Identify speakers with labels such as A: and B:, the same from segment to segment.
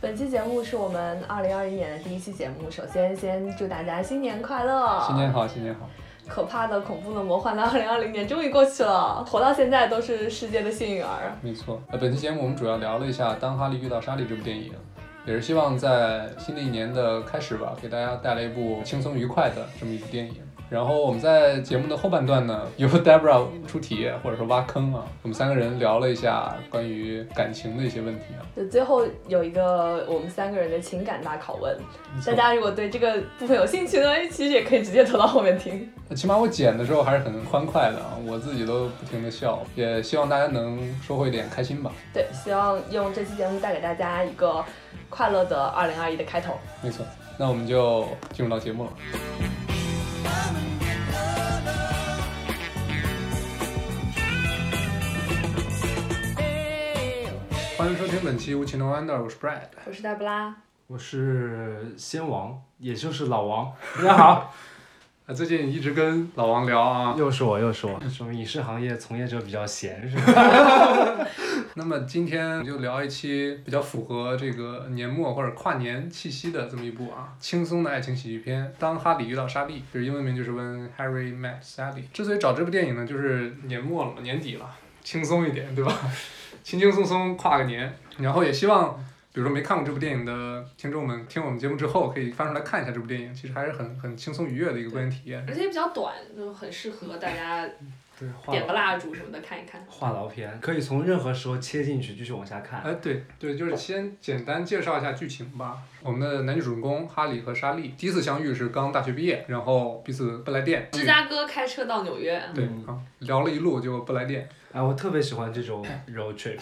A: 本期节目是我们二零二一年的第一期节目，首先先祝大家新年快乐！
B: 新年好，新年好。
A: 可怕的、恐怖的、魔幻的二零二零年终于过去了，活到现在都是世界的幸运儿。
B: 没错，呃，本期节目我们主要聊了一下《当哈利遇到莎莉》这部电影，也是希望在新的一年的开始吧，给大家带来一部轻松愉快的这么一部电影。然后我们在节目的后半段呢，由 Debra 出题或者说挖坑啊，我们三个人聊了一下关于感情的一些问题啊。
A: 就最后有一个我们三个人的情感大拷问，大家如果对这个部分有兴趣呢，其实也可以直接投到后面听。
B: 起码我剪的时候还是很欢快的啊，我自己都不停的笑，也希望大家能收获一点开心吧。
A: 对，希望用这期节目带给大家一个快乐的二零二一的开头。
B: 没错，那我们就进入到节目了。
A: 哎
B: 欢迎收听本期《无情的 Wonder》，我是 Brad，
A: 我是黛布拉，
C: 我是仙王，也就是老王。大 家好，
B: 啊，最近一直跟老王聊啊。
C: 又是我，又 是我，说明影视行业从业者比较闲是吧？
B: 那么今天我们就聊一期比较符合这个年末或者跨年气息的这么一部啊，轻松的爱情喜剧片《当哈利遇到莎莉》，就是英文名就是《When Harry Met Sally》。之所以找这部电影呢，就是年末了嘛，年底了，轻松一点，对吧？ 轻轻松松跨个年，然后也希望，比如说没看过这部电影的听众们，听我们节目之后可以翻出来看一下这部电影，其实还是很很轻松愉悦的一个观影体验。
A: 而且比较短，就很适合大家
C: 对，话
A: 点个蜡烛什么的看一看。
C: 话痨片可以从任何时候切进去，继续往下看。
B: 哎，对对，就是先简单介绍一下剧情吧。我们的男女主人公哈利和莎莉第一次相遇是刚大学毕业，然后彼此不来电。
A: 芝加哥开车到纽约，
B: 对
C: 嗯
B: 啊，聊了一路就不来电。
C: 哎，我特别喜欢 这种 road trip，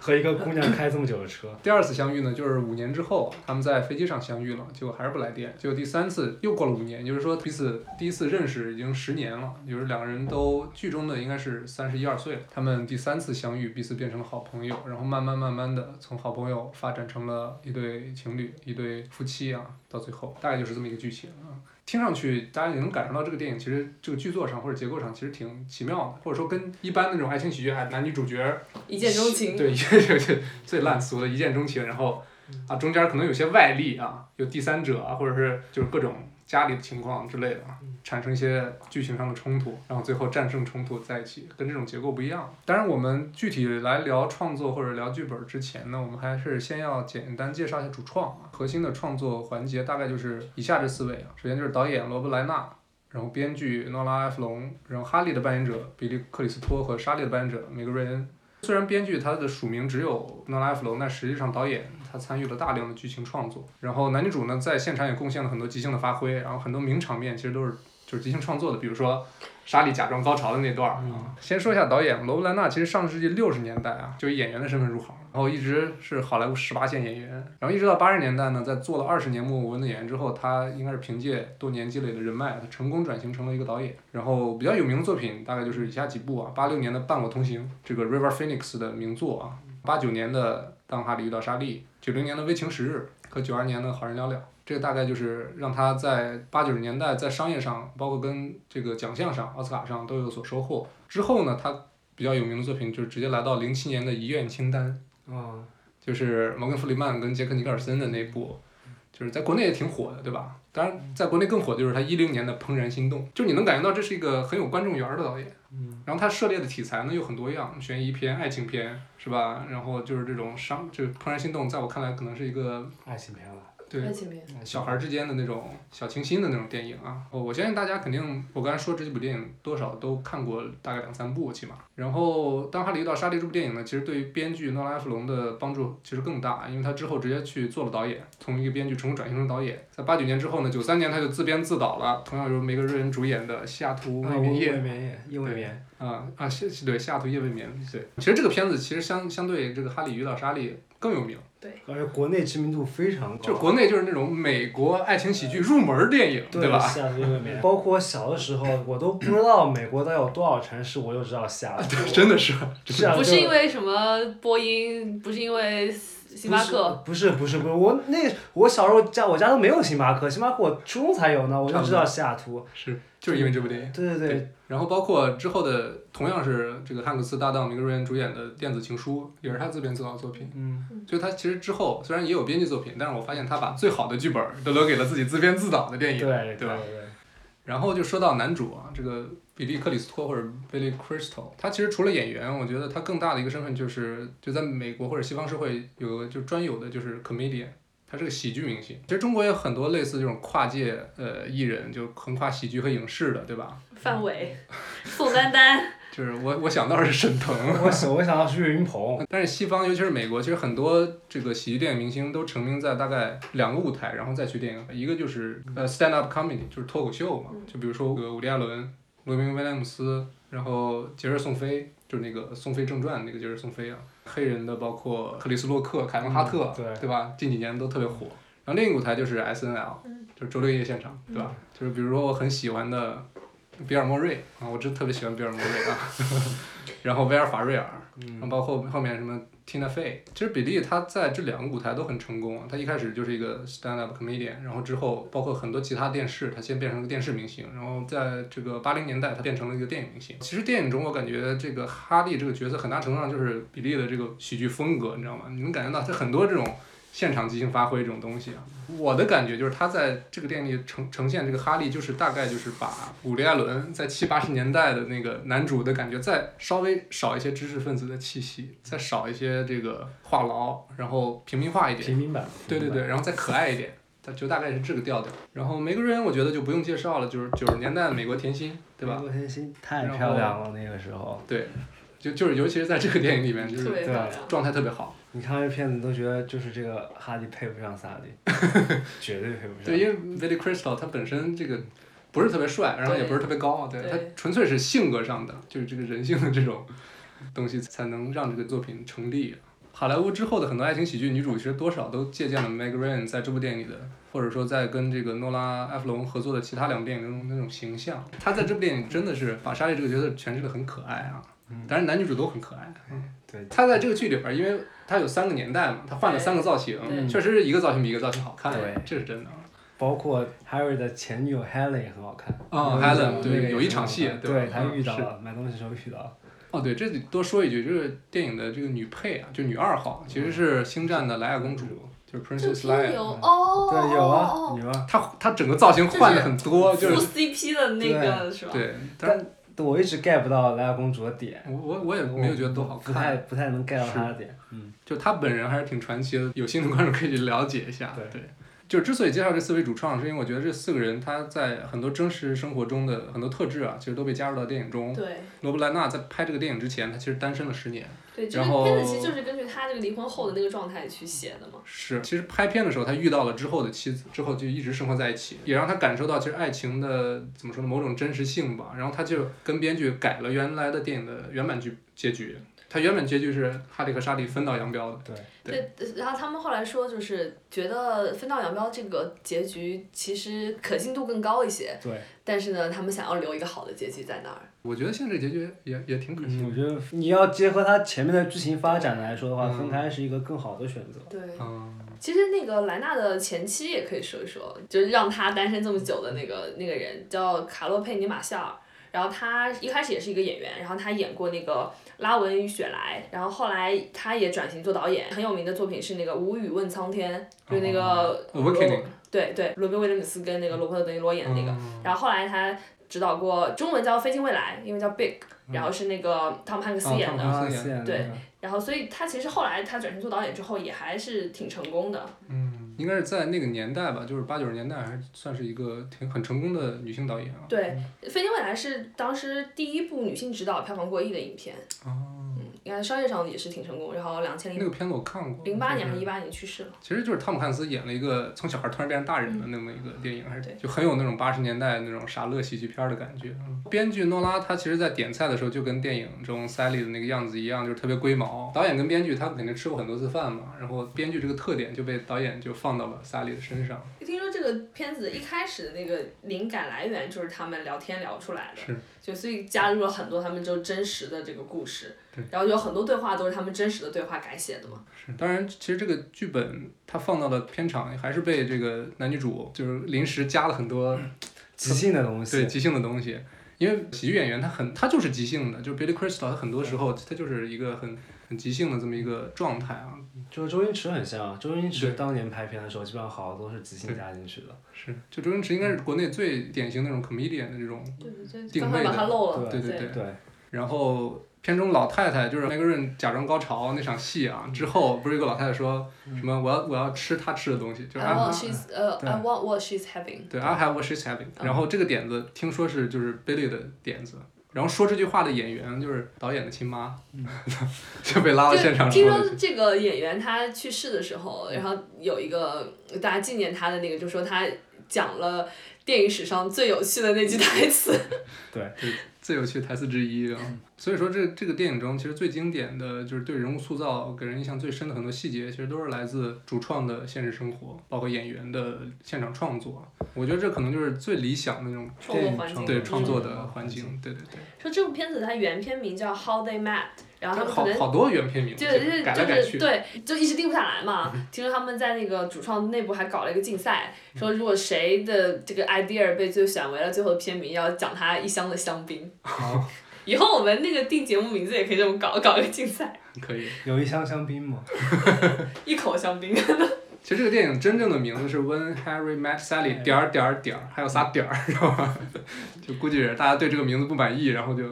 C: 和一个姑娘开这么久的车，
B: 第二次相遇呢，就是五年之后，他们在飞机上相遇了，结果还是不来电。结果第三次又过了五年，也就是说彼此第一次认识已经十年了，也就是两个人都剧中的应该是三十一二岁了。他们第三次相遇，彼此变成了好朋友，然后慢慢慢慢的从好朋友发展成了一对情侣，一对夫妻啊，到最后大概就是这么一个剧情啊。听上去，大家也能感受到这个电影其实这个剧作上或者结构上其实挺奇妙的，或者说跟一般那种爱情喜剧啊，男女主角
A: 一见钟情。嗯
B: 对，对对，最烂俗的一见钟情，然后啊，中间可能有些外力啊，有第三者啊，或者是就是各种家里的情况之类的啊，
A: 嗯
B: 产生一些剧情上的冲突，然后最后战胜冲突在一起，跟这种结构不一样。当然，我们具体来聊创作或者聊剧本之前呢，我们还是先要简单介绍一下主创啊，核心的创作环节大概就是以下这四位啊，首先就是导演罗布莱纳。然后编剧诺拉·埃弗隆，然后哈利的扮演者比利·克里斯托和莎莉的扮演者梅格瑞恩，虽然编剧他的署名只有诺拉·埃弗隆，但实际上导演他参与了大量的剧情创作。然后男女主呢，在现场也贡献了很多即兴的发挥，然后很多名场面其实都是就是即兴创作的，比如说莎莉假装高潮的那段儿啊。先说一下导演罗布莱纳，其实上世纪六十年代啊，就以演员的身份入行，然后一直是好莱坞十八线演员，然后一直到八十年代呢，在做了二十年默默无闻的演员之后，他应该是凭借多年积累的人脉，他成功转型成了一个导演。然后比较有名的作品大概就是以下几部啊：八六年的《伴我同行》，这个 River Phoenix 的名作啊；八九年的《当哈利遇到莎莉》，九零年的《为情时日》和九二年的《好人寥寥》。这个大概就是让他在八九十年代在商业上，包括跟这个奖项上、奥斯卡上都有所收获。之后呢，他比较有名的作品就是直接来到零七年的《遗愿清单》，
C: 嗯，
B: 就是摩根·弗里曼跟杰克·尼克尔森的那部，就是在国内也挺火的，对吧？当然，在国内更火的就是他一零年的《怦然心动》，就你能感觉到这是一个很有观众缘儿的导演。然后他涉猎的题材呢又很多样，悬疑片、爱情片，是吧？然后就是这种伤，就是《怦然心动》，在我看来可能是一个
C: 爱情片了，
B: 对
A: 爱情片
B: 小孩儿之间的那种小清新的那种电影啊，我我相信大家肯定，我刚才说这几部电影多少都看过大概两三部起码。然后《当哈利遇到莎莉》这部电影呢，其实对于编剧诺拉·埃弗隆的帮助其实更大，因为他之后直接去做了导演，从一个编剧成功转型成导演。在八九年之后呢，九三年他就自编自导了，同样由梅格瑞恩主演的《西雅图未眠夜》
C: 未啊眠夜，夜未眠，
B: 啊啊，是是对《西雅图夜未眠》对，其实这个片子其实相相对这个《哈利遇到莎莉》更有名。
C: 而且国内知名度非常高，
B: 就国内就是那种美国爱情喜剧入门儿电影，
C: 对
B: 吧？
C: 夏威 未眠，包括我小的时候，我都不知道美国到底有多少城
B: 。
C: 市，我就知道夏威
B: 真的是，
C: 是啊，
A: 不
C: 就是
A: 因为什么播音，不是因为星巴克，
C: 不是不是不是，我那我小时候家我家都没有星巴克，星巴克我初中才有呢，我就知道西雅图。
B: 是就是因为这部电影。
C: 对对对，
B: 然后包括之后的，同样是这个汉克斯搭档梅格瑞恩主演的《电子情书》，也是他自编自导作品。
C: 嗯，
B: 所以他其实之后虽然也有编剧作品，但是我发现他把最好的剧本都留给了自己自编自导的电
C: 对
B: 影。
C: 对
B: 对吧然后就说到男主啊，这个比利·克里斯托或者 Billy Crystal，他其实除了演员，我觉得他更大的一个身份就是，就在美国或者西方社会有个就专有的就是 comedian，他是个喜剧明星。其实中国有很多类似这种跨界呃艺人，就横跨喜剧和影视的，对吧？
A: 范伟，宋丹丹，
B: 就是我我想到的是沈腾，
C: 我想我想到是岳云鹏，
B: 但是西方，尤其是美国，其实很多这个喜剧电影明星都成名在大概两个舞台，然后再去电影。一个就是呃 stand up comedy，就是脱口秀嘛，就比如说呃伍迪·艾伦、罗宾·威廉姆斯，然后杰瑞·宋飞，就是那个《宋飞正传》那个杰瑞·宋飞啊，黑人的包括克里斯·洛克、凯文 ·哈特，
C: 嗯对
B: 吧？近几年都特别火。然后另一个舞台就是 S N L，就是周六夜现场，对吧？就是比如说我很喜欢的比尔·莫瑞啊，我真特别喜欢比尔·莫瑞啊， 然后威尔·法瑞尔，
C: 嗯
B: 然后包括后面什么 Tina Fey，其实比利他在这两个舞台都很成功啊。他一开始就是一个 stand up comedian，然后之后包括很多其他电视，他先变成了电视明星，然后在这个八零年代他变成了一个电影明星。其实电影中我感觉这个哈利这个角色很大程度上就是比利的这个喜剧风格，你知道吗？你能感觉到他很多这种。现场即兴发挥这种东西啊，我的感觉就是他在这个电影里呈呈现这个哈利，就是大概就是把伍迪·艾伦在七八十年代的那个男主的感觉，再稍微少一些知识分子的气息，再少一些这个话痨，然后平民化一点，
C: 平民版。
B: 对对对，然后再可爱一点，他就大概是这个调调。然后梅格瑞恩我觉得就不用介绍了，就是九十年代的美国甜心，对吧？
C: 洛天心太漂亮了，那个时候，
B: 对，就就是尤其是在这个电影里面，就
A: 特
B: 是
A: 别漂亮。
B: 状态特别好。
C: 你看这片子你都觉得就是这个哈利配不上萨利， 绝对配不
B: 对，
C: 上。
B: 因为 Billy Crystal 他本身这个不是特别帅，然后也不是特别高，啊对
A: 对
B: 他纯粹是性格上的，就是这个人性的这种东西，才能让这个作品成立。啊好莱坞之后的很多爱情喜剧女主，其实多少都借鉴了 Meg Ryan 在这部电影里的，或者说在跟这个诺拉·埃弗隆合作的其他两部电影中的那种形象。她在这部电影真的是把莎莉这个角色诠释的很可爱啊，当然男女主都很可爱。啊
C: 对，
B: 她在这个剧里边儿，因为她有三个年代嘛，她换了三个造型
A: 对，
B: 确实是一个造型比一个造型好看
C: 对，
B: 这是真的啊。
C: 包括 Harry 的前女友 Helen 也很好看。
B: 啊
C: 那个
B: Helen，对
C: 那个也
B: 有一
C: 很好
B: 场戏
C: 看
B: 对吧
C: 对他
B: 嗯
C: 遇到
B: 是
C: 了买东西的时候遇到了。
B: 哦，对，这里多说一句，这个电影的这个女配啊，就女二号，其实
C: 嗯
B: 是星战的莱娅公主，就是嗯 Princess
A: 片
B: Leia。
A: 有哦，
C: 对，有啊，
A: 哦，
C: 有啊。
B: 她她整个造型换的很多，
A: 副
B: 就是
A: CP 的那个是吧？
B: 对，但是
C: 但我一直 get 不到莱娅公主的点，
B: 我我我也没有觉得多好
C: 不太
B: 看，
C: 不太能 get 到她的点。嗯
B: 就她本人还是挺传奇的，有兴趣的观众可以去了解一下。
C: 对
B: 对。就之所以介绍这四位主创，是因为我觉得这四个人他在很多真实生活中的很多特质啊，其实都被加入到电影中。
A: 对
B: 罗布莱纳在拍这个电影之前，他其实单身了十年。
A: 对，这
B: 然
A: 个
B: 后
A: 片子其实就是根据他这个离婚后的那个状态去写的嘛。
B: 是，其实拍片的时候，他遇到了之后的妻子，之后就一直生活在一起，也让他感受到其实爱情的怎么说呢，某种真实性吧。然后他就跟编剧改了原来的电影的原版剧结局，他原本结局是哈利和莎莉分道扬镳的。
C: 对，
B: 对
A: 对，然后他们后来说，就是觉得分道扬镳这个结局其实可信度更高一些，
C: 对，
A: 但是呢，他们想要留一个好的结局在那儿。
B: 我觉得现在这结局也也挺可惜
C: 嗯，
B: 的。
C: 我觉得你要结合它前面的剧情发展来说的话，
B: 嗯
C: 分开是一个更好的选择。
A: 对，
B: 嗯，
A: 其实那个莱纳的前妻也可以说一说，就是让他单身这么久的那个那个人叫卡洛佩尼马夏尔。然后他一开始也是一个演员，然后他演过那个《拉文与雪莱》，然后后来他也转型做导演，很有名的作品是那个《无语问苍天》，就是嗯那个
B: 哦 Awakening
A: 对对，罗宾威廉姆斯跟那个罗伯特德尼罗演的那个。
B: 嗯
A: 然后后来他指导过中文叫《飞进未来》，英文叫《Big》，然后是那个汤姆汉克斯
B: 哦
A: 演
B: 汤
A: 的。
B: 姆汉克斯
C: 啊，
B: 嗯
C: 现在
A: 对然后，所以他其实后来他转型做导演之后，也还是挺成功的。
B: 嗯，应该是在那个年代吧，就是八九十年代，还算是一个挺很成功的女性导演啊。
A: 对，飞行未来》是当时第一部女性指导票房过亿的影片，
B: 哦，
A: 嗯，应该商业上也是挺成功。然后两千
B: 那
A: 零
B: 个片子我看过。
A: 零八年
B: 就
A: 还
B: 是
A: 是一八年去世了。
B: 其实就是汤姆汉斯演了一个从小孩突然变成大人的那么一个电影，还是
A: 对
B: 就很有那种八十年代那种傻乐喜剧片儿的感觉。嗯编剧诺拉他其实，在点菜的时候就跟电影中塞利的那个样子一样，就是特别龟毛。导演跟编剧他肯定吃过很多次饭嘛，然后编剧这个特点就被导演就放到了塞利的身上。
A: 听说这个片子一开始的那个灵感来源就是他们聊天聊出来的，
B: 是，
A: 就所以加入了很多他们就真实的这个故事。然后有很多对话都是他们真实的对话改写的嘛。
B: 是，当然，其实这个剧本它放到了片场，还是被这个男女主就是临时加了很多
C: 即兴的东
B: 对
C: 西，
B: 即兴的东西。因为喜剧演员他很他就是即兴的，就是 Billy Crystal，他很多时候他就是一个很很即兴的这么一个状态啊。
C: 就是周星驰很像，周星驰
B: 对
C: 当年拍片的时候，基本上好多都是即兴加进去的。
B: 是，就周星驰应该是国内最典型那种 comedian 的这种。
A: 对对对，
B: 定
A: 刚
B: 位
A: 才
B: 的
A: 把它漏了。
B: 对
A: 对
B: 对对
C: 对，
B: 然后片中老太太就是 m e g a r n 假装高潮那场戏啊，之后不是有个老太太说
C: 嗯
B: 什么我要我要吃她吃的东西，就是
A: I
B: I
A: want
B: have-
A: she's 呃、
B: 对
A: I want what she's having。
B: 对 I have what she's having。
A: 嗯
B: 然后这个点子听说是就是 Billy 的点子，然后说这句话的演员就是导演的亲妈，
C: 嗯
B: 就被拉到现场
A: 就听
B: 说了一
A: 说
B: 句。
A: 这个演员他去世的时候，然后有一个大家纪念他的那个，就说他讲了电影史上最有趣的那句台词。
B: 最有趣的台词之一啊。
A: 嗯
B: 所以说这这个电影中，其实最经典的就是对人物塑造给人印象最深的很多细节，其实都是来自主创的现实生活，包括演员的现场创作。我觉得这可能就是最理想的那种
A: 创作环境
C: 嗯
B: 对
A: 嗯
B: 创作的环境。对对对，
A: 说这部片子它原片名叫《How They Met》，然后他们
B: 好
A: 可能
B: 好多原片名字
A: 对就是
B: 改来改
A: 就是
B: 去。嗯
A: 对，就一直定不下来嘛。听说他们在那个主创内部还搞了一个竞赛，说如果谁的这个 idea 被最选为了最后的片名，要奖他一箱的香槟。
B: 哦
C: 好，
A: 以后我们那个定节目名字也可以这么搞，搞一个竞赛，
B: 可以。
C: 有一箱香槟嘛，
A: 一口香槟。
B: 其实这个电影真正的名字是 When Harry Met Sally 点儿点儿点儿，还有仨点儿，知道吧？ 就估计是大家对这个名字不满意，然后就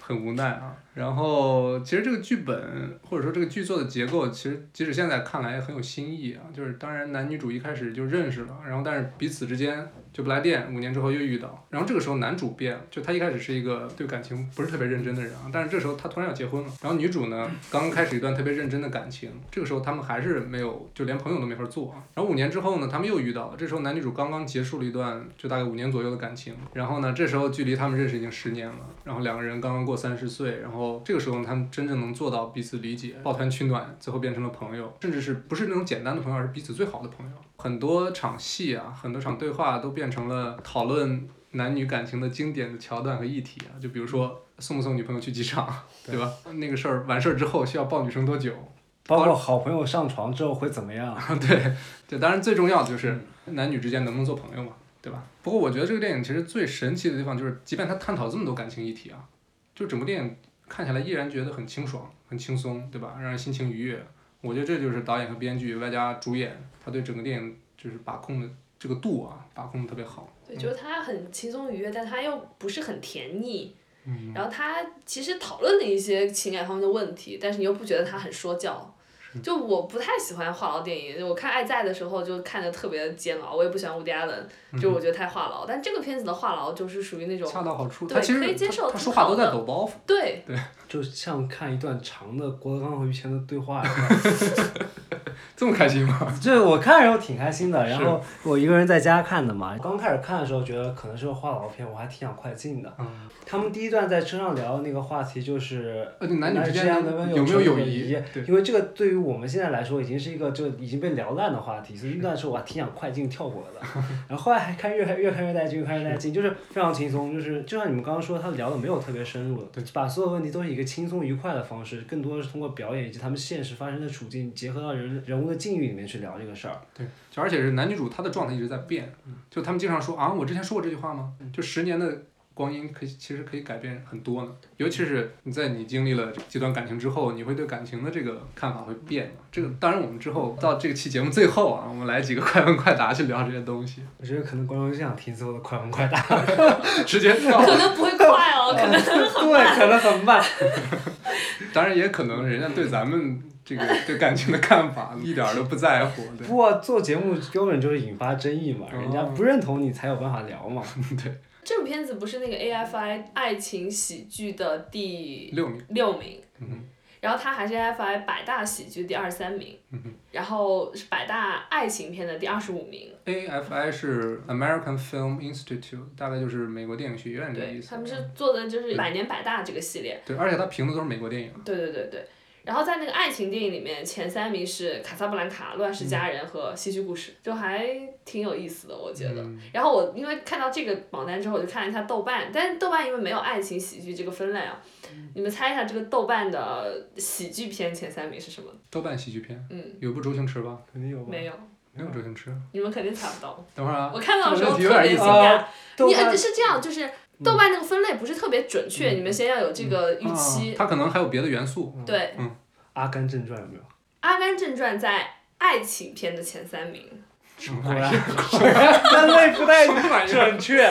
B: 很无奈啊。然后其实这个剧本或者说这个剧作的结构，其实即使现在看来也很有新意啊。就是当然男女主一开始就认识了，然后但是彼此之间就不来电，五年之后又遇到，然后这个时候男主变了，就他一开始是一个对感情不是特别认真的人啊，但是这时候他突然要结婚了，然后女主呢刚开始一段特别认真的感情，这个时候他们还是没有，就连朋友都没法做啊。然后五年之后呢，他们又遇到了，这时候男女主刚刚结束了一段就大概五年左右的感情，然后呢，这时候距离他们认识已经十年了，然后两个人刚刚过三十岁，然后这个时候呢他们真正能做到彼此理解，抱团取暖，最后变成了朋友，甚至是不是那种简单的朋友，而是彼此最好的朋友。很多场戏啊，很多场对话都变成了讨论男女感情的经典的桥段和议题啊，就比如说送不送女朋友去机场， 对
C: 对
B: 吧？那个事儿完事儿之后需要抱女生多久？
C: 包括好朋友上床之后会怎么样？
B: 对，这当然最重要的就是男女之间能不能做朋友嘛，对吧？不过我觉得这个电影其实最神奇的地方就是，即便它探讨这么多感情议题啊，就整部电影看起来依然觉得很清爽、很轻松，对吧？让人心情愉悦。我觉得这就是导演和编剧外加主演，他对整个电影就是把控的这个度啊，把控的特别好。
A: 对，就是它很轻松愉悦，但它又不是很甜腻。然后它其实讨论了一些情感方面的问题，但是你又不觉得它很说教。就我不太喜欢话痨电影，我看《爱在》的时候就看的特别煎熬，我也不喜欢 Woody Allen，就我觉得太话痨。但这个片子的话痨就是属于那种
B: 恰到好处，
A: 对
B: 他其实
A: 可以接受
B: 他他
A: 挺
B: 说话
A: 好
B: 都在
A: 的
B: 抖包袱。
A: 对
C: 就像看一段长的郭德纲和于谦的对话一样。
B: 这么开心吗？
C: 这我看的时候挺开心的，
B: 是
C: 然后我一个人在家看的嘛。刚开始看的时候觉得可能是个话痨片，我还挺想快进的。
B: 嗯
C: 他们第一段在车上聊的那个话题就是
B: 呃，就男
C: 女
B: 女之
C: 之
B: 间
C: 能
B: 有没有
C: 纯
B: 友
C: 友
B: 谊？对，
C: 因为这个对于我们现在来说已经是一个就已经被聊烂的话题，所以那段时候我还挺想快进跳过的。然后后来还看越看越看越带劲，越看越带劲，就是非常轻松，就是就像你们刚刚说，他聊的没有特别深入的，把所有问题都是以一个轻松愉快的方式，更多的是通过表演以及他们现实发生的处境，结合到人人物的境遇里面去聊这个事儿。
B: 对，就而且是男女主他的状态一直在变，就他们经常说啊，我之前说过这句话吗？就十年的光阴可以其实可以改变很多呢，尤其是你在你经历了这段感情之后，你会对感情的这个看法会变嘛。这个当然我们之后到这期节目最后啊，我们来几个快问快答去聊这些东西，
C: 我觉得可能观众就想听最后的快问快答，
B: 直接跳。
A: 可能不会快哦， 可能
C: 对，可能很慢。
B: 当然也可能人家对咱们这个对感情的看法一点儿都不在乎，对。
C: 不过做节目根本就是引发争议嘛，
B: 哦
C: 人家不认同你才有办法聊嘛。
A: 这部片子不是那个 AFI 爱情喜剧的第
B: 六名，
A: 六名，
B: 嗯
A: 然后它还是 AFI 百大喜剧第二十三名，
B: 嗯
A: 然后是百大爱情片的第二十五名。
B: ，AFI 是 American Film Institute，大概就是美国电影学院这个
A: 对
B: 意，思。
A: 他们是做的就是百年百大这个系列，
B: 对，而且他评的都是美国电影。
A: 对对对对。然后在那个爱情电影里面，前三名是《卡萨布兰卡》《乱世佳人》和《戏剧故事》，就还挺有意思的，我觉得。
B: 嗯
A: 然后我因为看到这个榜单之后，我就看了一下豆瓣，但是豆瓣因为没有爱情喜剧这个分类啊，
B: 嗯
A: 你们猜一下这个豆瓣的喜剧片前三名是什么？
B: 豆瓣喜剧片
A: 嗯，
B: 有部周星驰吧？
C: 肯定有吧？
A: 没有，
B: 没有周星驰，
A: 你们肯定猜不到。
B: 等会儿啊
A: 哦我，看到的时候
B: 这个问
A: 特
B: 题有点意
A: 别惊
B: 思
A: 讶，
C: 哦啊豆
A: 你
C: 瓣
A: 呃是这样，就是豆瓣那个分类不是特别准确，你们先要有这个
B: 嗯
A: 预期。
B: 啊
A: 嗯
B: 他可能还有别的元素。
A: 对，
C: 《阿甘正传》有没有？
A: 《阿甘正传》在爱情片的前三名，
C: 果然，果然分类不 太准确。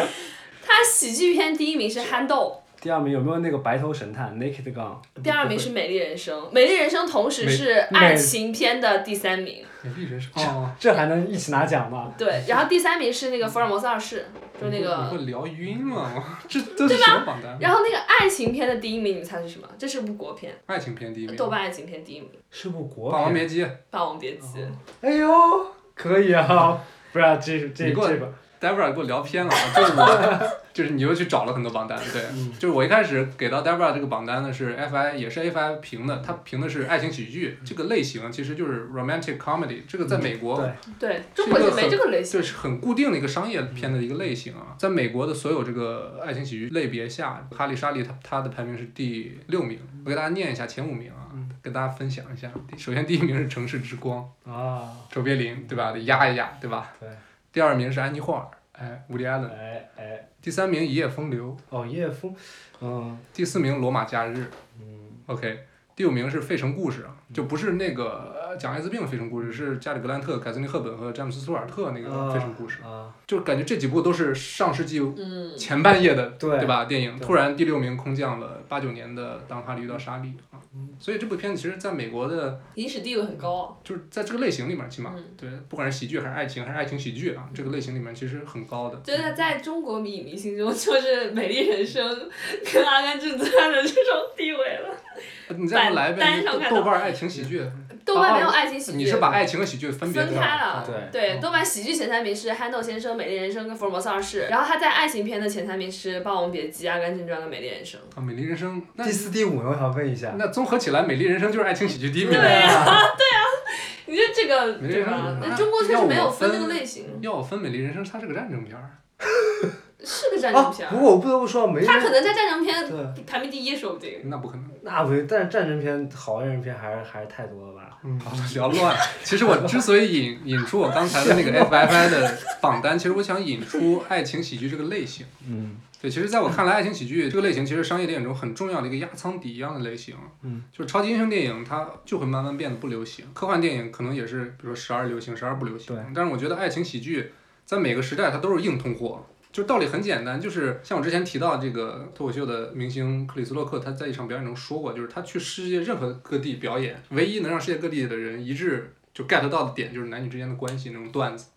A: 它喜剧片第一名是《憨豆
C: 第二名有没有那个白头神探 Naked Gun？》，
A: 第二名是《美丽人生》，《美丽人生》同时是
C: 美
A: 爱情片的第三名。
B: 美丽人生哦，
C: 这还能一起拿奖吗？
A: 对，然后第三名是那个《福尔摩斯二世》，就是那
B: 你
A: 个。
B: 会聊 晕了吗？这这是什么榜单？
A: 然后那个爱情片的第一名，你们猜是什么？这是部国片，
B: 爱情片第一名，
A: 豆
B: 《
A: 瓣爱情片第一名，
C: 是部国
B: 霸王
C: 片。
B: 别姬》
A: 《霸王别姬》
C: 哎呦，可以啊！ 不是啊这这
B: 你给我
C: 这个，
B: ，Debra 给我聊偏了啊，就是我，就是你又去找了很多榜单，对，
C: 嗯
B: 就是我一开始给到 Debra 这个榜单呢是 FI，也是 FI 评的，它评的是爱情喜剧这个类型，其实就是 romantic comedy，这个在美国
C: 对，
A: 对，中国就没这个类型
B: 这。是很固定的一个商业片的一个类型啊，在美国的所有这个爱情喜剧类别下，《哈利沙利》它它的排名是第六名，我给大家念一下前五名啊，
C: 嗯
B: 跟大家分享一下。首先第一名是《城市之光》，
C: 啊，
B: 卓别林对吧？得压一压对吧？
C: 对，
B: 第二名是安妮霍尔，哎，伍迪·艾伦。
C: 哎哎，
B: 第三名《一夜风流》，
C: 哦，叶枫，嗯
B: 第四名《罗马假日》
C: 嗯，
B: ，OK。第五名是《费城故事》，啊，就不是那个呃讲艾滋病的《费城故事》，是加里格兰特、凯瑟琳·赫本和詹姆斯·苏尔特那个《
C: 啊
B: 费城故事》
C: 啊，
B: 就是感觉这几部都是上世纪
A: 嗯，
B: 前半叶的
C: 对
B: 吧？电影
C: 对
B: 突然第六名空降了八九年的《当哈利遇到莎莉》啊
C: 嗯，
B: 所以这部片子其实在美国的，
A: 影史地位很高。啊
B: 就是在这个类型里面，起码、
A: 嗯
B: 对，不管是喜剧还是爱情还是爱情喜剧啊，这个类型里面其实很高的。
A: 就是在中国影迷心中，就是《美丽人生》 跟《阿甘正传》的这种地位了。
B: 呃你再给我来一
A: 单
B: 遍
A: 上看
B: 豆瓣爱情喜剧，
A: 豆瓣没有爱情喜剧，
B: 哦你是把爱情和喜剧分别
A: 分开了。
B: 对吧
C: 对
A: 对，豆瓣喜剧前三名是《憨豆先生》《美丽人生》跟《福尔摩斯二世》，然后他在爱情片的前三名是《霸王别姬》《阿甘正传》跟《美丽人生》。
B: 啊，美丽人生，那
C: 第四第五呢，我想问一下，
B: 那综合起来，美丽人生就是爱情喜剧第一名。
A: 对
C: 啊，
A: 你说这个
B: 美丽人
A: 对吧
B: 生？
A: 那中国确实没有分这个类型，
B: 要我分美丽人生，它是个战争片儿，
A: 是个战争
C: 啊
A: 片儿。
C: 不过我不得不说，没
A: 他
C: 人
A: 可能在战争片
C: 对，
A: 排名第一，说不定。
B: 那不可能。
C: 那不行，但是战争片、好爱人片还是还是太多了吧？
B: 嗯，好了，聊乱。其实我之所以引引出我刚才的那个 FFI 的榜单，其实我想引出爱情喜剧这个类型。
C: 嗯，
B: 对，其实在我看来，爱情喜剧这个类型其实商业电影中很重要的一个压舱底一样的类型。
C: 嗯，
B: 就是超级英雄电影它就会慢慢变得不流行，科幻电影可能也是，比如说时而流行，时而不流行
C: 对。
B: 但是我觉得爱情喜剧在每个时代它都是硬通货。就是道理很简单，就是像我之前提到这个脱口秀的明星克里斯洛克，他在一场表演中说过，就是他去世界任何各地表演，唯一能让世界各地的人一致就 get 到的点，就是男女之间的关系那种段子。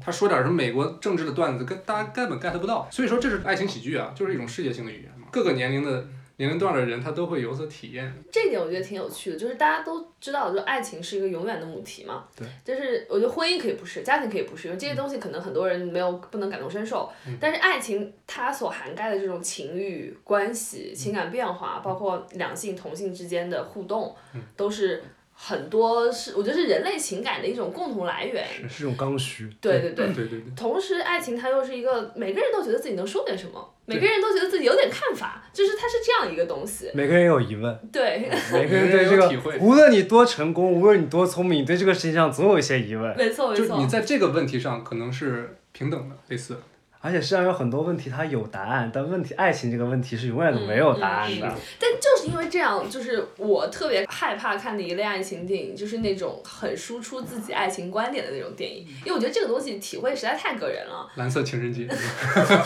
B: 他说点什么美国政治的段子，跟大家根本 get 不到。所以说这是爱情喜剧啊，就是一种世界性的语言嘛。各个年龄的年龄段的人，他都会有所体验。
A: 这一点我觉得挺有趣的，就是大家都知道，就是爱情是一个永远的母题嘛。
C: 对。
A: 就是我觉得婚姻可以不是，家庭可以不是，因为这些东西可能很多人没有不能感同身受。
B: 嗯
A: 但是爱情它所涵盖的这种情欲关系、情感变化，包括两性同性之间的互动，
B: 嗯
A: 都是很多是我觉得是人类情感的一种共同来源。
C: 是一种刚需。
A: 对对对。
B: 对对对，
A: 同时，爱情它又是一个每个人都觉得自己能说点什么，
B: 对
A: 每个人都觉得自己有点看法，就是它是这样一个东西。
C: 每个人有疑问，
A: 对，
C: 每个人对这
B: 有
C: 个
B: 体会，
C: 无论你多成功，无论你多聪明，你对这个世界上总有一些疑问。
A: 没错没
B: 就是
A: 错。
B: 你在这个问题上可能是平等的，类似。
C: 而且世界上有很多问题，它有答案，但问题爱情这个问题是永远都没有答案的。
A: 嗯但就是因为这样，就是我特别害怕看的一类爱情电影，就是那种很输出自己爱情观点的那种电影，因为我觉得这个东西体会实在太个人了。
B: 蓝色情人节，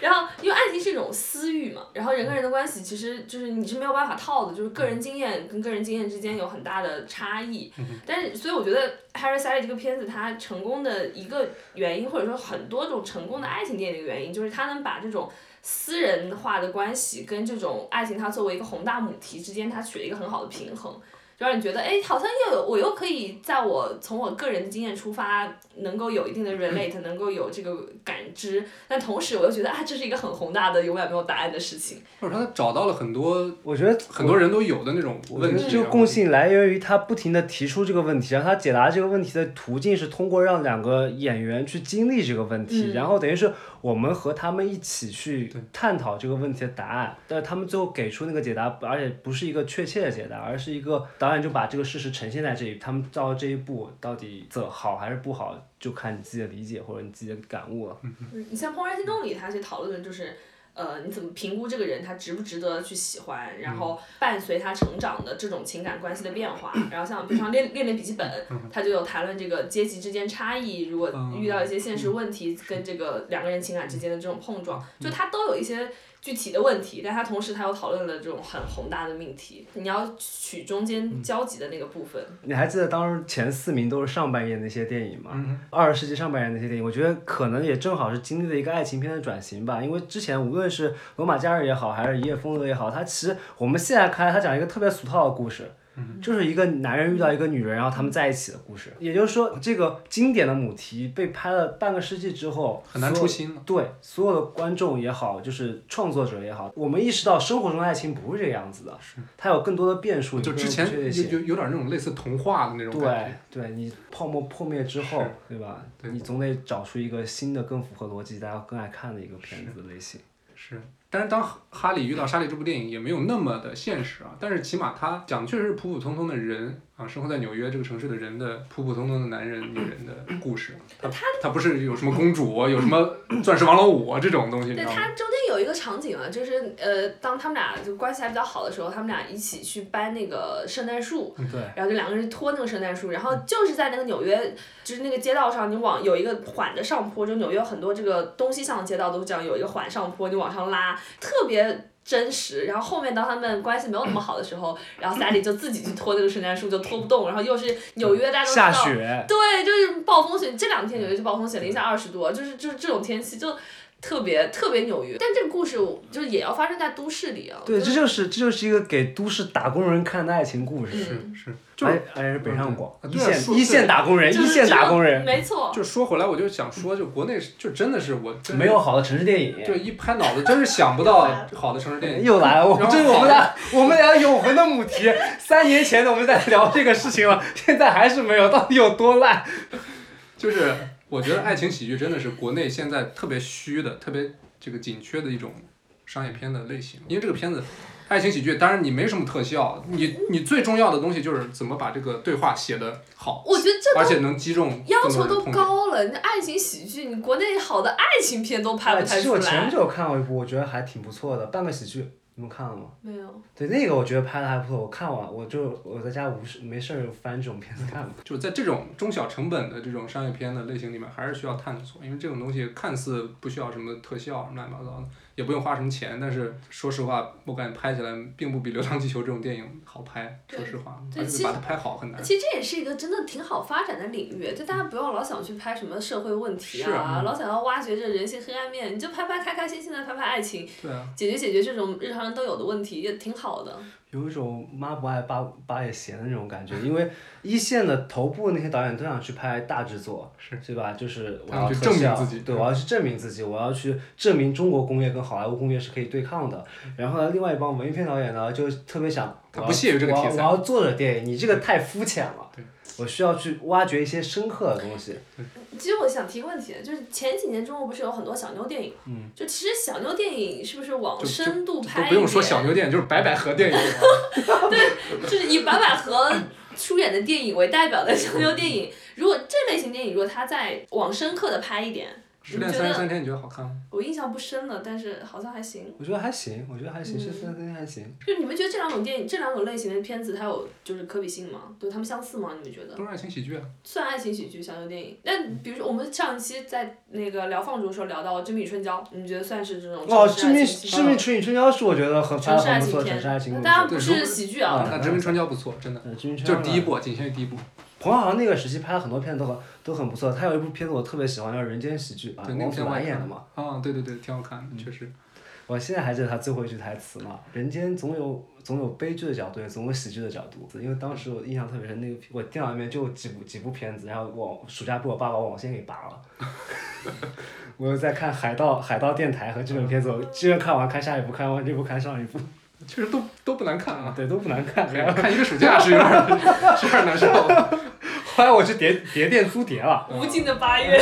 A: 然后，因为爱情是一种私欲嘛，然后人跟人的关系其实就是你是没有办法套的，就是个人经验跟个人经验之间有很大的差异
B: 嗯哼。
A: 但是，所以我觉得《Harry Sally》这个片子它成功的一个原因，或者说很多种成功的爱情电影的原因，就是它能把这种私人化的关系跟这种爱情它作为一个宏大母题之间，它取了一个很好的平衡。就让你觉得，哎，好像又有我又可以在我从我个人的经验出发，能够有一定的
B: 嗯
A: relate，能够有这个感知，但同时我又觉得啊，这是一个很宏大的、永远没有答案的事情。
B: 或者说他找到了很多
C: 我觉得
B: 很多人都有的那种
C: 我觉
B: 问
C: 得
B: 题。啊
C: 这个共性来源于他不停的提出这个问题，然后他解答这个问题的途径是通过让两个演员去经历这个问题，
A: 嗯
C: 然后等于是我们和他们一起去探讨这个问题的答案，但是他们最后给出那个解答，而且不是一个确切的解答，而是一个导演就把这个事实呈现在这里，他们到这一步到底怎好还是不好，就看你自己的理解或者你自己的感悟了。
A: 嗯，你像《怦然心动》里，他去讨论的就是，呃，你怎么评估这个人，他值不值得去喜欢，然后伴随他成长的这种情感关系的变化。然后像平常练练练笔记本，他就有谈论这个阶级之间差异，如果遇到一些现实问题，跟这个两个人情感之间的这种碰撞，就他都有一些。具体的问题，但他同时他又讨论了这种很宏大的命题，你要取中间交集的那个部分。
C: 你还记得当时前四名都是上半夜那些电影吗？
B: 嗯
C: 二十世纪上半年那些电影，我觉得可能也正好是经历了一个爱情片的转型吧。因为之前无论是《罗马假日》也好，还是《一夜风流》也好，它其实我们现在看，它讲一个特别俗套的故事，
B: 嗯
C: 就是一个男人遇到一个女人，然后他们在一起的故事。也就是说，这个经典的母题被拍了半个世纪之后，
B: 很难
C: 所有
B: 出新了。
C: 对，所有的观众也好，就是创作者也好，我们意识到生活中的爱情不是这个样子的，它有更多的变数，
B: 就
C: 有更
B: 之
C: 多
B: 前
C: 的不确定性
B: 有有有点那种类似童话的那种感
C: 对
B: 觉。
C: 对，你泡沫破灭之后，对吧？
B: 对
C: 你总得找出一个新的、更符合逻辑、大家更爱看的一个片子类型。
B: 是，但是当哈哈利遇到莎莉这部电影也没有那么的现实啊，但是起码他讲的确实是普普通通的人啊，生活在纽约这个城市的人的普普通通的男人女人的故事，啊他他不是有什么公主啊，有什么钻石王老五啊这种东西，你知
A: 对
B: 道吗？
A: 他中间有一个场景啊，就是呃，当他们俩就关系还比较好的时候，他们俩一起去搬那个圣诞树，
B: 嗯
C: 对，
A: 然后就两个人拖那个圣诞树，然
C: 嗯
A: 后就是在那个纽约，就是那个街道上，你往有一个缓的上坡，就纽约有很多这个东西向的街道都是这样，有一个缓上坡，你往上拉，特别。真实，然后后面当他们关系没有那么好的时候，然后 Sally 就自己去拖那个圣诞树，就拖不动，然后又是纽约，大家都知
C: 下
A: 道，
C: 雪，
A: 对，就是暴风雪，这两天纽约就暴风雪，零下二十多，就是就是这种天气就特别特别纽约。但这个故事我就是也要发生在都市里啊。
C: 对，
A: 就
C: 这就是这就是一个给都市打工人看的爱情故
A: 嗯
C: 事，
B: 是是，就
C: 而而且是北上广
B: 嗯
C: 一
B: 对啊
C: 线
B: 说
C: 一线打工人，
A: 就是
C: 一线打工人，
A: 没错，
B: 就说回来，我就想说，就国内是就真的是我真是
C: 没有，好的城市电
B: 就
C: 影。
B: 一拍脑子真是想不
A: 啊
B: 到好的城市电影。
C: 又来了，我们
B: 然后
C: 这我们俩我们俩永恒的母题，三年前的我们在聊这个事情了，现在还是没有，到底有多烂？
B: 就是我觉得爱情喜剧真的是国内现在特别虚的、特别这个紧缺的一种商业片的类型，因为这个片子。爱情喜剧，当然你没什么特效，你你最重要的东西就是怎么把这个对话写得好，
A: 我觉得这
B: 而
A: 都
B: 且能击中
A: 要
B: 更多
A: 求
B: 人
A: 都
B: 痛点。
A: 高了。你这爱情喜剧，你国内好的爱情片都拍
C: 哎
A: 不太
C: 其实
A: 出
C: 我前
A: 来
C: 不。久有看过一部，我觉得还挺不错的，《半个喜剧》，你们看了吗？
A: 没有，
C: 对，那个我觉得拍的还不错，我看完我就我在家无事没事儿翻这种片子看嘛。
B: 就是在这种中小成本的这种商业片的类型里面，还是需要探索，因为这种东西看似不需要什么特效什么乱七八糟的，也不用花什么钱，但是说实话，我感觉拍起来并不比《流浪地球》这种电影好拍。
A: 对
B: 说实话，
A: 对
B: 而
A: 其实
B: 且把它拍好很难。
A: 其实这也是一个真的挺好发展的领域，就大家不要老想去拍什么社会问题
B: 是
C: 嗯
A: 啊，老想要挖掘这人性黑暗面，你就拍拍开开心心的拍拍爱情，
B: 对啊，
A: 解决解决这种日常人都有的问题，也挺好的。
C: 有一种妈不爱爸爸也闲的那种感觉，因为一线的头部那些导演都想去拍大制作，
B: 是
C: 对吧？就是我
B: 他们
C: 要
B: 去
C: 特
B: 证明
C: 效
B: 自己
C: 对，我要去证明自己，我要去证明中国工业跟好莱坞工业是可以对抗的。然后呢，另外一帮文艺片导演呢，就特别想，
B: 他
C: 我要
B: 不屑于这个
C: 我要
B: 题材
C: 我要作者电影，你这个太肤浅了
B: 对，
C: 我需要去挖掘一些深刻的东西。
A: 其实我想提个问题，就是前几年中国不是有很多小妞电影？嗯，就其实小妞电影是不是往
B: 就
A: 深
B: 都
A: 度拍一
B: 不用说
A: 点
B: 小牛电影，就是白百合电影。啊
A: 就是以白百合出演的电影为代表的小
B: 嗯
A: 妞电影。如果这类型电影，如果它再往深刻的拍一点，
B: 失恋三十三天，你觉得好看吗？
A: 我印象不深了，但是好像还行。
C: 我觉得还行，我觉得还行，是分分还行。
A: 就你们觉得这两种电影、这两种类型的片子，它有就是可比性吗？对他们相似吗？你们觉得？
B: 都是爱情喜剧啊。
A: 算爱情喜剧、小妞电影。那比如说我们上一期在那个聊放逐的时候聊到《致命与春娇》，你们觉得算是这种
C: 哦，
A: 城市
C: 致
A: 爱
C: 命
A: 情喜剧
C: 致命春雨春娇是我觉得很拍
A: 城
C: 的
A: 市爱
C: 很不
A: 情
C: 错的城市爱情故
A: 片，
C: 事。
A: 当然不
B: 对
A: 是
B: 如
A: 喜剧啊
C: 嗯，
B: 那《殖民春娇》不错，真的，
C: 呃致命春
B: 就
C: 娇
B: 是第一。部，仅限于第一部。
C: 彭浩翔那个时期拍了很多片子都很都很不错，他有一部片子我特别喜欢，叫《人间喜剧》，啊
B: 对，那
C: 王
B: 个
C: 祖
B: 片我
C: 蓝
B: 也
C: 演的
B: 看
C: 嘛。
A: 嗯
B: 了。啊，对对对，挺好看的，确实。
C: 我现在还记得他最后一句台词嘛，人间总有总有悲剧的角度，也总有喜剧的角度。因为当时我印象特别深，那个我电脑里面就有几部几部片子，然后我暑假被我爸把网线给拔了。 我又在看海盗海盗电台和这本片子，我这个看完看下一部，看完这部看上一部，
B: 确实都都不难看啊。
C: 对，都不难
A: 嗯
C: 看。然后
B: 看一个暑假是有点儿是有点儿难受。
C: 后来我去碟碟店租碟了。
A: 无尽的八月，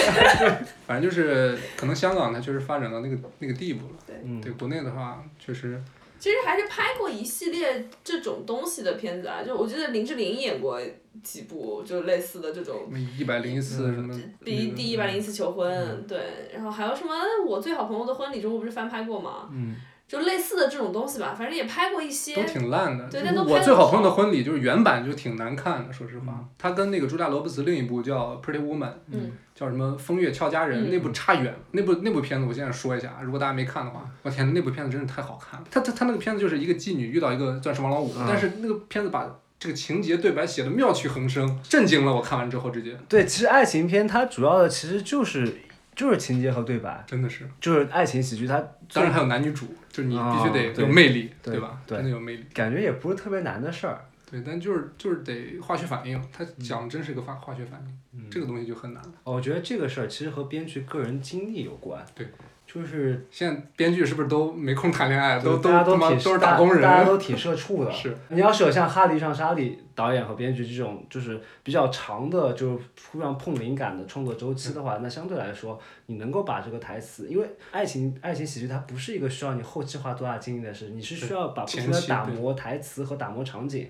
B: 反正就是，可能香港它确实发展到那个那个地步了。
C: 嗯，
B: 对国内的话，确实
A: 其实还是拍过一系列这种东西的片子啊，就我记得林志玲演过几部，就类似的这种。
B: 一百零一次什么
A: 嗯第第一百零一次求婚，
B: 嗯
A: 对，然后还有什么我最好朋友的婚礼中国不是翻拍过吗？
B: 嗯，
A: 就类似的这种东西吧，反正也拍过一些
B: 都。挺烂的。
A: 对但都拍
B: 我
A: 得
B: 最好朋友的婚礼就是原版就挺难看的，说实
C: 嗯
B: 话，他跟那个茱莉亚·罗伯茨另一部叫《Pretty Woman》，
A: 嗯，
B: 叫什么《风月俏佳人》
A: 嗯
B: 那部差远，那部那部片子我现在说一下，啊如果大家没看的
C: 嗯
B: 话，我天，那部片子真是太好看了。他他他那个片子就是一个妓女遇到一个钻石王老五，
C: 嗯
B: 但是那个片子把这个情节对白写的妙趣横生，震惊了我看完之后直接
C: 对，其实爱情片它主要的其实就是就是情节和对白，
B: 真的是。
C: 就是爱情喜剧它最
B: 当然还有男女主，就是你必须
C: 哦
B: 得
C: 对
B: 有魅力，
C: 对
B: 吧？
C: 对
B: 真的有魅力。
C: 感觉也不是特别难的事儿。
B: 对，但就是就是得化学反应，他讲的真是一个化化学反应，
C: 嗯
B: 这个东西就很难了。
C: 哦我觉得这个事儿其实和编剧个人经历有关。
B: 对，
C: 就是
B: 现在编剧是不是都没空谈恋爱，都
C: 大家
B: 他
C: 都
B: 妈
C: 挺
B: 都是打工
C: 大家
B: 人？
C: 都挺社畜的。
B: 是，
C: 你要是有像哈利上沙利导演和编剧这种就是比较长的，就是突然碰灵感的创作周期的话，那相对来说，你能够把这个台词，因为爱情爱情喜剧它不是一个需要你后期花多大精力的事，你是需要把不
B: 前
C: 停的
B: 期
C: 打
B: 对
C: 磨台词和打磨场景，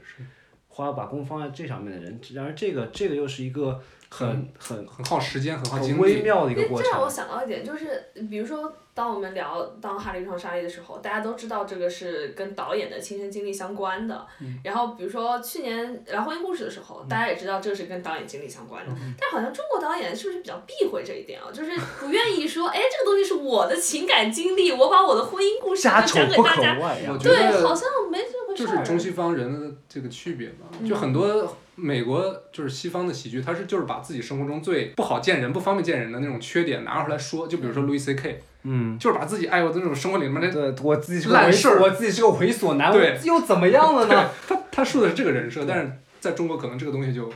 C: 花把功夫放在这上面的人。然而这个这个又是一个很很
B: 很耗时间，很耗
C: 很
B: 精
C: 微
B: 力。
C: 妙的一
A: 因
C: 个
A: 为
C: 过
A: 这让我
C: 程。
A: 想到一点，就是比如说，当我们聊《当哈利遇上莎莉》的时候，大家都知道这个是跟导演的亲身经历相关的。
B: 嗯
A: 然后，比如说去年聊婚姻故事的时候，大家也知道这个是跟导演经历相关的。
B: 嗯
A: 但好像中国导演是不是比较避讳这一点啊？就是不愿意说，哎，这个东西是我的情感经历，我把我的婚姻故事
C: 家
A: 就
C: 丑
A: 讲给
C: 不
A: 大
C: 可
A: 家。
C: 外啊呀
B: 我！觉
A: 对，好
B: 得
A: 像没这回
B: 就
A: 事
B: 是
A: 儿。
B: 中西方人的这个区别嘛，
A: 嗯
B: 就很多美国就是西方的喜剧，他是就是把自己生活中最不好见人、不方便见人的那种缺点拿出来说，就比如说 Louis C K，
C: 嗯。
B: 就是把自己哎呦的那种生活里面的
C: 对，我自己是个
B: 烂
C: 猥
B: 事儿
C: 琐，我自己是个猥琐男，
B: 对
C: 我又怎么样了呢？
B: 他他说的是这个人设，
C: 对
B: 但是在中国可能这个东西就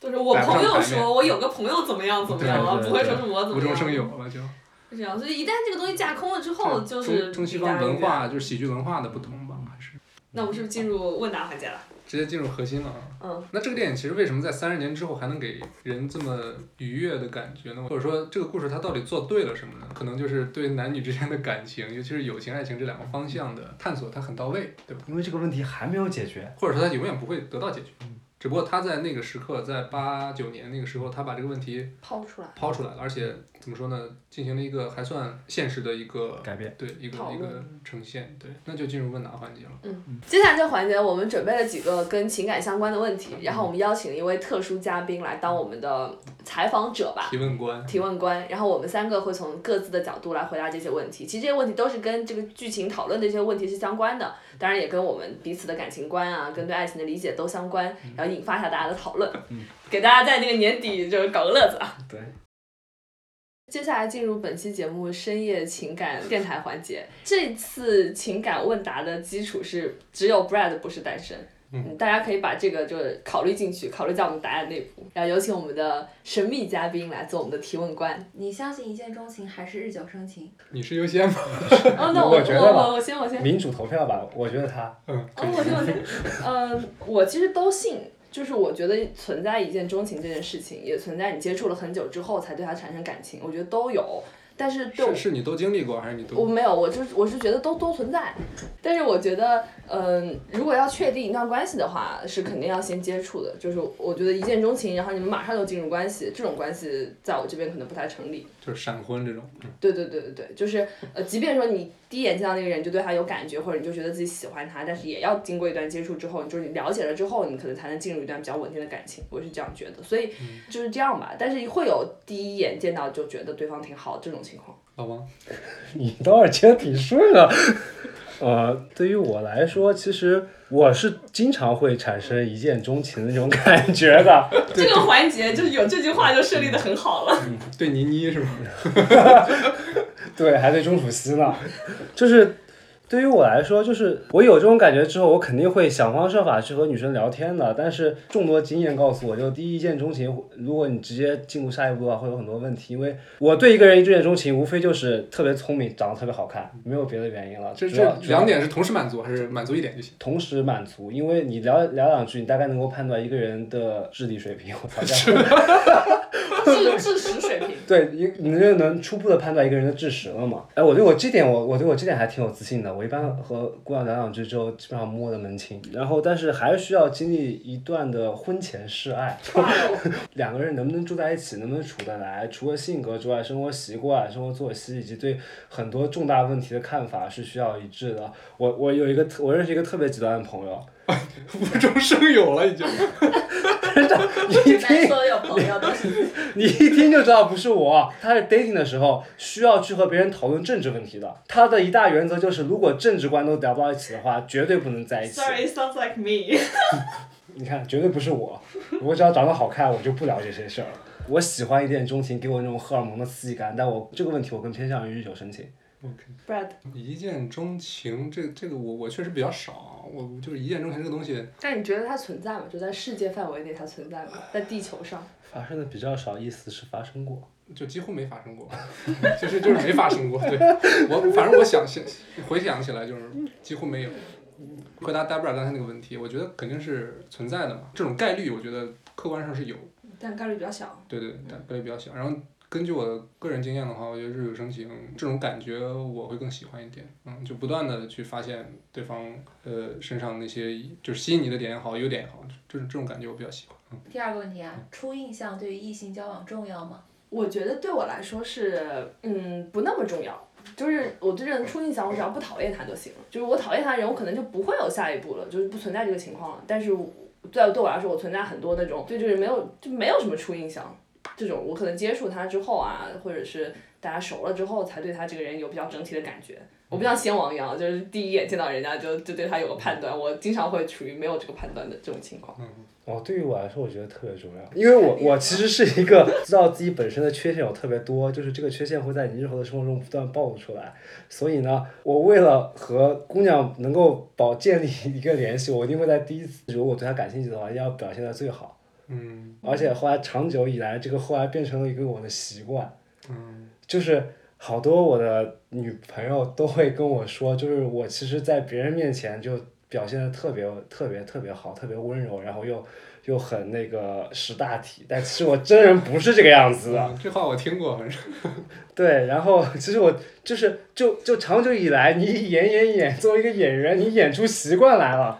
A: 就是我
B: 摆不上
A: 朋友
B: 台面
A: 说，我有个朋友怎么样怎么样啊，
C: 对对
A: 不会
C: 对
A: 说是我怎
B: 无
A: 么
B: 中
A: 样。
B: 生有了，就。
A: 是这样，所以一旦这个东西架空了之后，
B: 对
A: 就是
B: 啊中中西
A: 离大
B: 方
A: 家
B: 文
A: 远
B: 化就是喜剧文化的不同
C: 嗯
B: 吧，还是
A: 那我们是不是进入问答环节了？
B: 直接进入核心了啊。
A: 嗯，
B: 那这个电影其实为什么在三十年之后还能给人这么愉悦的感觉呢？或者说这个故事它到底做对了什么呢？可能就是对男女之间的感情，尤其是友情、爱情这两个方向的探索，它很到位，对吧？
C: 因为这个问题还没有解决。
B: 或者说它永远不会得到解决。
C: 嗯
B: 只不过他在那个时刻，在八九年那个时候，他把这个问题
A: 抛出来，
B: 抛出来了，而且怎么说呢，进行了一个还算现实的一个
C: 改变。
B: 对一个
A: 讨
B: 一
A: 论嗯
B: 个呈现，对，那就进入问答环节了。
A: 接下来这个环节，我们准备了几个跟情感相关的问
B: 嗯
A: 题，然后我们邀请了一位特殊嘉宾来当我们的采访者吧，
B: 提问官，
A: 提问官。然后我们三个会从各自的角度来回答这些问题。其实这些问题都是跟这个剧情讨论的一些问题是相关的，当然也跟我们彼此的感情观啊，跟对爱情的理解都相关，
B: 嗯
A: 然后引发一下大家的讨论，给大家在那个年底就是搞个乐子啊。
C: 对，
A: 接下来进入本期节目深夜情感电台环节。这次情感问答的基础是只有 Brad 不是单身，
B: 嗯，
A: 大家可以把这个就是考虑进去，考虑在我们答案内部。然后有请我们的神秘嘉宾来做我们的提问官。
D: 你相信一见钟情还是日久生情？
B: 你是优先吗？
A: 哦，那
C: 我
A: 我
C: 觉得吧
A: 我我先我先，
C: 民主投票吧，我觉得他
B: 嗯，
A: 哦，我先我先，嗯，我其实都信。就是我觉得存在一见钟情这件事情，也存在你接触了很久之后才对他产生感情，我觉得都有。但是对我
B: 是是你都经历过还是你
A: 我
B: 都？
A: 没有，我就是我是觉得都都存在，但是我觉得，嗯、如果要确定一段关系的话，是肯定要先接触的。就是我觉得一见钟情，然后你们马上就进入关系，这种关系在我这边可能不太成立。
B: 就是闪婚这种，
A: 对对对对对，就是呃，即便说你第一眼见到那个人就对他有感觉，或者你就觉得自己喜欢他，但是也要经过一段接触之后，你就是你了解了之后，你可能才能进入一段比较稳定的感情。我是这样觉得，所以就是这样吧。但是会有第一眼见到就觉得对方挺好这种情况。
B: 老王，
C: 你倒是接得挺顺啊。呃，对于我来说，其实我是经常会产生一见钟情的那种感觉的。
A: 这个
B: 嗯
A: 环节就是有这句话就设立的很好了。
B: 对倪妮是吗？
C: 对，还对钟楚曦呢，就是对于我来说，就是我有这种感觉之后，我肯定会想方设法去和女生聊天的。但是众多经验告诉我，就第一见钟情，如果你直接进入下一步的话，会有很多问题。因为我对一个人一见钟情，无非就是特别聪明，长得特别好看，没有别的原因了。
B: 这
C: 主要
B: 这两点是同时满足还是满足一点就行？
C: 同时满足，因为你聊聊两句，你大概能够判断一个人的智力水平。我操，这样
A: 智智识水平。
C: 对，你你就能初步的判断一个人的智识了嘛？哎，我对我这点，我我对我这点还挺有自信的。我一般和姑娘聊两句之后，基本上摸得门清。然后，但是还是需要经历一段的婚前试爱，两个人能不能住在一起，能不能处得来，除了性格之外，生活习惯、啊生活作息以及对很多重大问题的看法是需要一致的。我我有一个特，我认识一个特别极端的朋友，
B: 无中生有了已经。
C: 一听
D: 所有朋友都是
C: 你一听就知道不是我。他在 dating 的时候需要去和别人讨论政治问题的，他的一大原则就是，如果政治观都聊不到一起的话，绝对不能在一起。
A: sounds like me。
C: 你看，绝对不是我。我只要长得好看，我就不聊这些事儿了。我喜欢一见钟情，给我那种荷尔蒙的刺激感，但我这个问题我更偏向于日久生情。
A: Brad，
B: 一见钟情，这这个我我确实比较少，我就是一见钟情这个东西，
A: 但你觉得它存在吗？就在世界范围内它存在吗？在地球上？
C: 发生的比较少，意思是发生过。
B: 就几乎没发生过， 就是就是没发生过。对我反正我想想回想起来就是几乎没有。回答 Debra 刚才那个问题，我觉得肯定是存在的嘛，这种概率我觉得客观上是有，
A: 但概率比较小。
B: 对对，但概率比较小。然后根据我的个人经验的话，我觉得日久生情这种感觉我会更喜欢一点。嗯，就不断的去发现对方呃身上那些就是吸引你的点也好，优点也好，这这种感觉我比较喜欢。嗯，
D: 第二个问题啊，初印象对于异性交往重要吗？
A: 我觉得对我来说是，嗯，不那么重要。就是我对这人初印象，我只要不讨厌他就行了。就是我讨厌他的人，我可能就不会有下一步了，就是不存在这个情况了。但是我对对我来说，我存在很多那种对这个人没有就没有什么初印象，这种我可能接触他之后啊，或者是大家熟了之后，才对他这个人有比较整体的感觉。我不像仙王一样，就是第一眼见到人家就就对他有个判断，我经常会处于没有这个判断的这种情况。
C: 哦，对于我来说，我觉得特别重要，因为我我其实是一个知道自己本身的缺陷有特别多，就是这个缺陷会在你日后的生活中不断暴露出来，所以呢，我为了和姑娘能够保建立一个联系，我一定会在第一次如果我对她感兴趣的话，一定要表现的最好，
B: 嗯
C: 而且后来长久以来，这个后来变成了一个我的习惯，
B: 嗯
C: 就是好多我的女朋友都会跟我说， 就是我其实，在别人面前就表现的特别特别特别好，特别温柔，然后又又很那个识大体，但其实我真人不是这个样子的。
B: 嗯这话我听过，反正
C: 对，然后其实我就是就就长久以来，你演演演，作为一个演员，你演出习惯来了。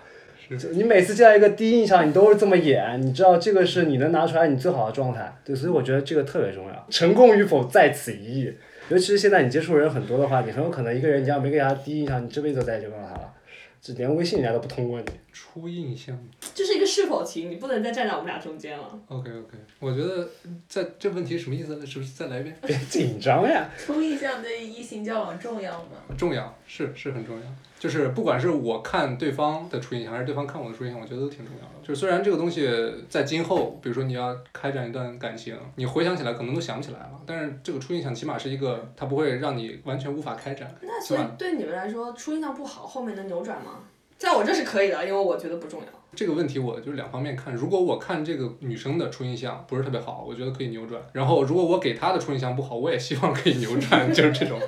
C: 就你每次见到一个第一印象，你都是这么演，你知道这个是你能拿出来你最好的状态，对，所以我觉得这个特别重要，成功与否在此一役。尤其是现在你接触人很多的话，你很有可能一个人你要没给他第一印象，你这辈子都再也见不到他了，就连微信人家都不通过你。
B: 初印象。
A: 这是一个是否题，你不能再站在我们俩中间了。
B: OK OK，我觉得在这问题什么意思呢？是不是再来一遍？
C: 别紧张呀，
D: 初印象对于异性交往重要吗？
B: 重要是是很重要，就是不管是我看对方的初印象，还是对方看我的初印象，我觉得都挺重要的。就是虽然这个东西在今后，比如说你要开展一段感情，你回想起来可能都想不起来了，但是这个初印象起码是一个，它不会让你完全无法开展。
A: 那所以对你们来说，初印象不好，后面能扭转吗？在我这是可以的，因为我觉得不重要。
B: 这个问题我就是两方面看，如果我看这个女生的初印象不是特别好，我觉得可以扭转；然后如果我给她的初印象不好，我也希望可以扭转， 就是这种。